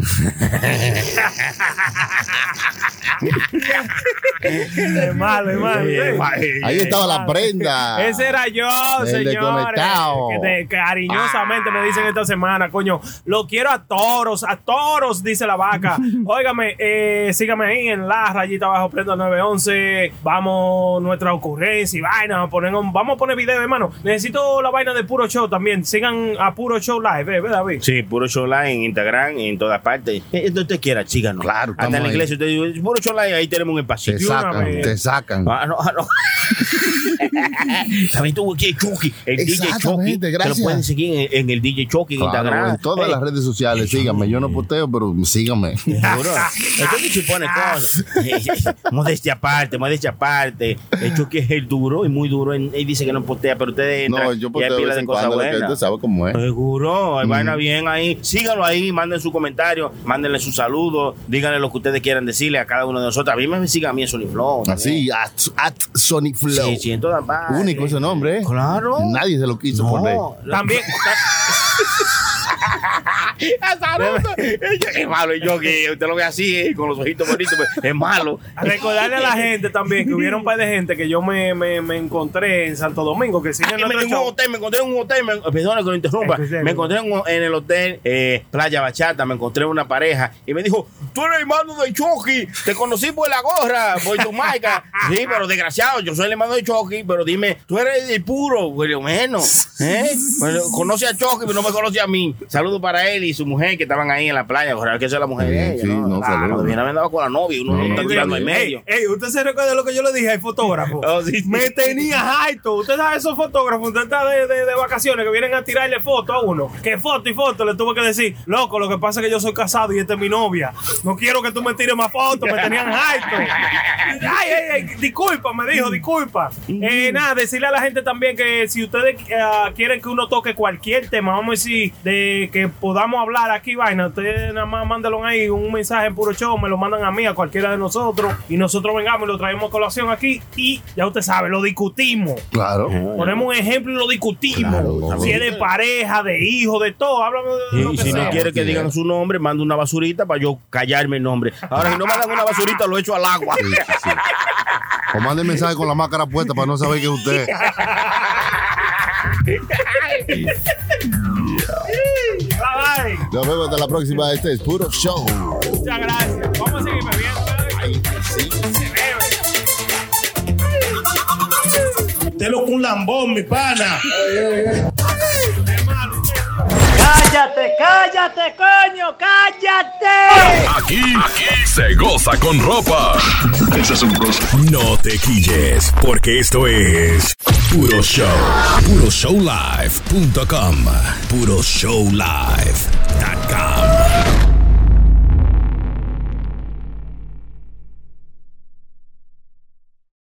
Es malo, es malo. Eh, ma- eh, Ahí estaba la prenda. Ese era yo, El señor. desconectado. Que te- cariñosamente me dicen esta semana, coño, lo quiero a toros, a toros, dice la vaca. Óigame, eh, sígame ahí en la rayita abajo, prenda 911. Vamos, nuestra ocurrencia y vaina. Vamos a poner, un- vamos a poner video, hermano. Necesito la vaina de Puro Show también. Sigan a Puro Show Live, eh, ¿verdad, David? Sí, puro show live en Instagram, en todas partes. Eh, Donde usted quiera, síganos. Claro, Hasta estamos en la ahí. iglesia, usted dice, puro show live, ahí tenemos un Te espacito. una sacan, vez. te sacan. Ah, no, ah, no. ¿Sabes tú qué Chucky? El DJ Chucky. Exactamente, Te lo gracias. pueden seguir en, en el DJ Chucky en Claro, Instagram. en todas Eh, las redes sociales, síganme. Yo no posteo, pero síganme. Seguro. El Chucky se pone cosas. modestia aparte, modestia aparte. El Chucky es el duro y muy duro. Él él dice que no postea, pero ustedes entran No, yo y hay posteo de pila vez de en cosas cuando, porque buenas. usted sabe Mm. cómo es. Seguro, hay vaina bien ahí. Síganlo ahí, manden su comentario, mándenle sus saludos, díganle lo que ustedes quieran decirle a cada uno de nosotros. A mí me sigan a mí en Sony Flow. Así, at, at Sonic Flow. Sí, sí, en todas partes. Único ese nombre, ¿eh? Claro. Nadie se lo quiso poner. No, También. es malo, yo que usted lo ve así, eh, con los ojitos bonitos, pues, es malo. A Recordarle a la gente también que hubiera un par de gente que yo me, me- me encontré en Santo Domingo que siguen Ay, Ah, me, nuestro en un show. hotel, me encontré en un hotel, me- perdona que lo interrumpa, Escuché, me encontré en, un- en el hotel eh, Playa Bachata, me encontré una pareja y me dijo, tú eres hermano de Chucky, te conocí por la gorra, por tu marca, sí, pero desgraciado, yo soy el hermano de Chucky, pero dime, tú eres el puro, bueno, bueno, ¿eh? Bueno, conoce a Chucky, pero no me conoce a mí. Saludos para él y su mujer que estaban ahí en la playa, ojalá que sea la mujer de Sí, ella, sí, ¿no? no, Claro, saludos. bien, andaba con la novia, uno no, está no, cuidando en sí. medio. Ey, ey, usted se recuerda de lo que yo le dije al fotógrafo. Oh, sí, sí. Me tenía alto. Usted sabe esos fotógrafos, usted está de, de- de vacaciones que vienen a tirarle foto a uno. Que foto y foto le tuve que decir, loco, lo que pasa es que yo soy casado y esta es mi novia. No quiero que tú me tires más fotos, me tenían alto. Ay, ay, ay, disculpa, me dijo, disculpa. Eh, nada, decirle a la gente también que si ustedes eh, quieren que uno toque cualquier tema, vamos a decir, de que podamos hablar aquí, vaina, ustedes nada más mándenlo ahí, un mensaje en puro show, me lo mandan a mí, a cualquiera de nosotros, y nosotros vengamos y lo traemos a colación aquí, y ya usted sabe, lo discutimos. Claro. Ponemos un ejemplo y lo discutimos. Claro, si es de pareja, de hijo, de todo, háblame de lo Y que si sea. no quiere que Sí. digan su nombre, manda una basurita para yo callarme el nombre. Ahora, si no mandan una basurita, lo echo al agua. Sí, sí, sí. O mande mensaje con la máscara puesta para no saber que es usted. Bye, bye. Nos vemos hasta la próxima. Este es Puro Show. Muchas gracias. Vamos a seguir bebiendo. ¿eh? Se bebe. Usted lo que un lambón, mi pana. Cállate, cállate, coño, cállate. Aquí, aquí se goza con ropa. No te quilles, porque esto es Puro Show. PuroShowLive.com. Puro Show Live.